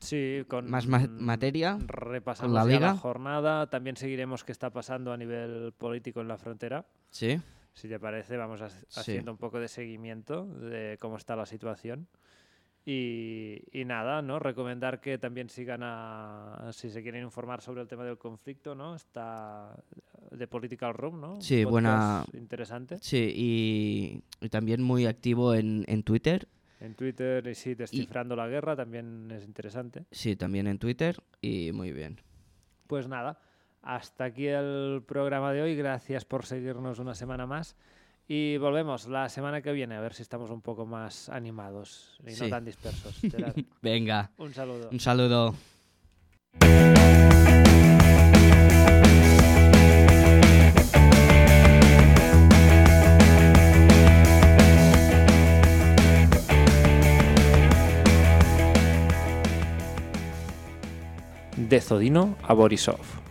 [SPEAKER 1] Sí, con mm,
[SPEAKER 2] más ma- materia.
[SPEAKER 1] Repasamos
[SPEAKER 2] la
[SPEAKER 1] ya la,
[SPEAKER 2] liga.
[SPEAKER 1] jornada. También seguiremos qué está pasando a nivel político en la frontera.
[SPEAKER 2] Sí,
[SPEAKER 1] Si te parece, vamos hac-
[SPEAKER 2] Sí.
[SPEAKER 1] haciendo un poco de seguimiento de cómo está la situación. Y, y nada, ¿no? Recomendar que también sigan a, si se quieren informar sobre el tema del conflicto, ¿no? Está de Political Room, ¿no? Un
[SPEAKER 2] Sí,
[SPEAKER 1] podcast
[SPEAKER 2] buena-
[SPEAKER 1] Interesante.
[SPEAKER 2] Sí, y, y también muy activo en, en Twitter.
[SPEAKER 1] En Twitter, y sí, Descifrando la Guerra también es interesante.
[SPEAKER 2] Sí, también en Twitter. Y muy bien.
[SPEAKER 1] Pues nada, hasta aquí el programa de hoy. Gracias por seguirnos una semana más. Y volvemos la semana que viene a ver si estamos un poco más animados y no
[SPEAKER 2] Sí.
[SPEAKER 1] tan (laughs) dispersos. Gerard,
[SPEAKER 2] (laughs) Venga,
[SPEAKER 1] un saludo.
[SPEAKER 2] un saludo.
[SPEAKER 1] De Zodino a Borisov.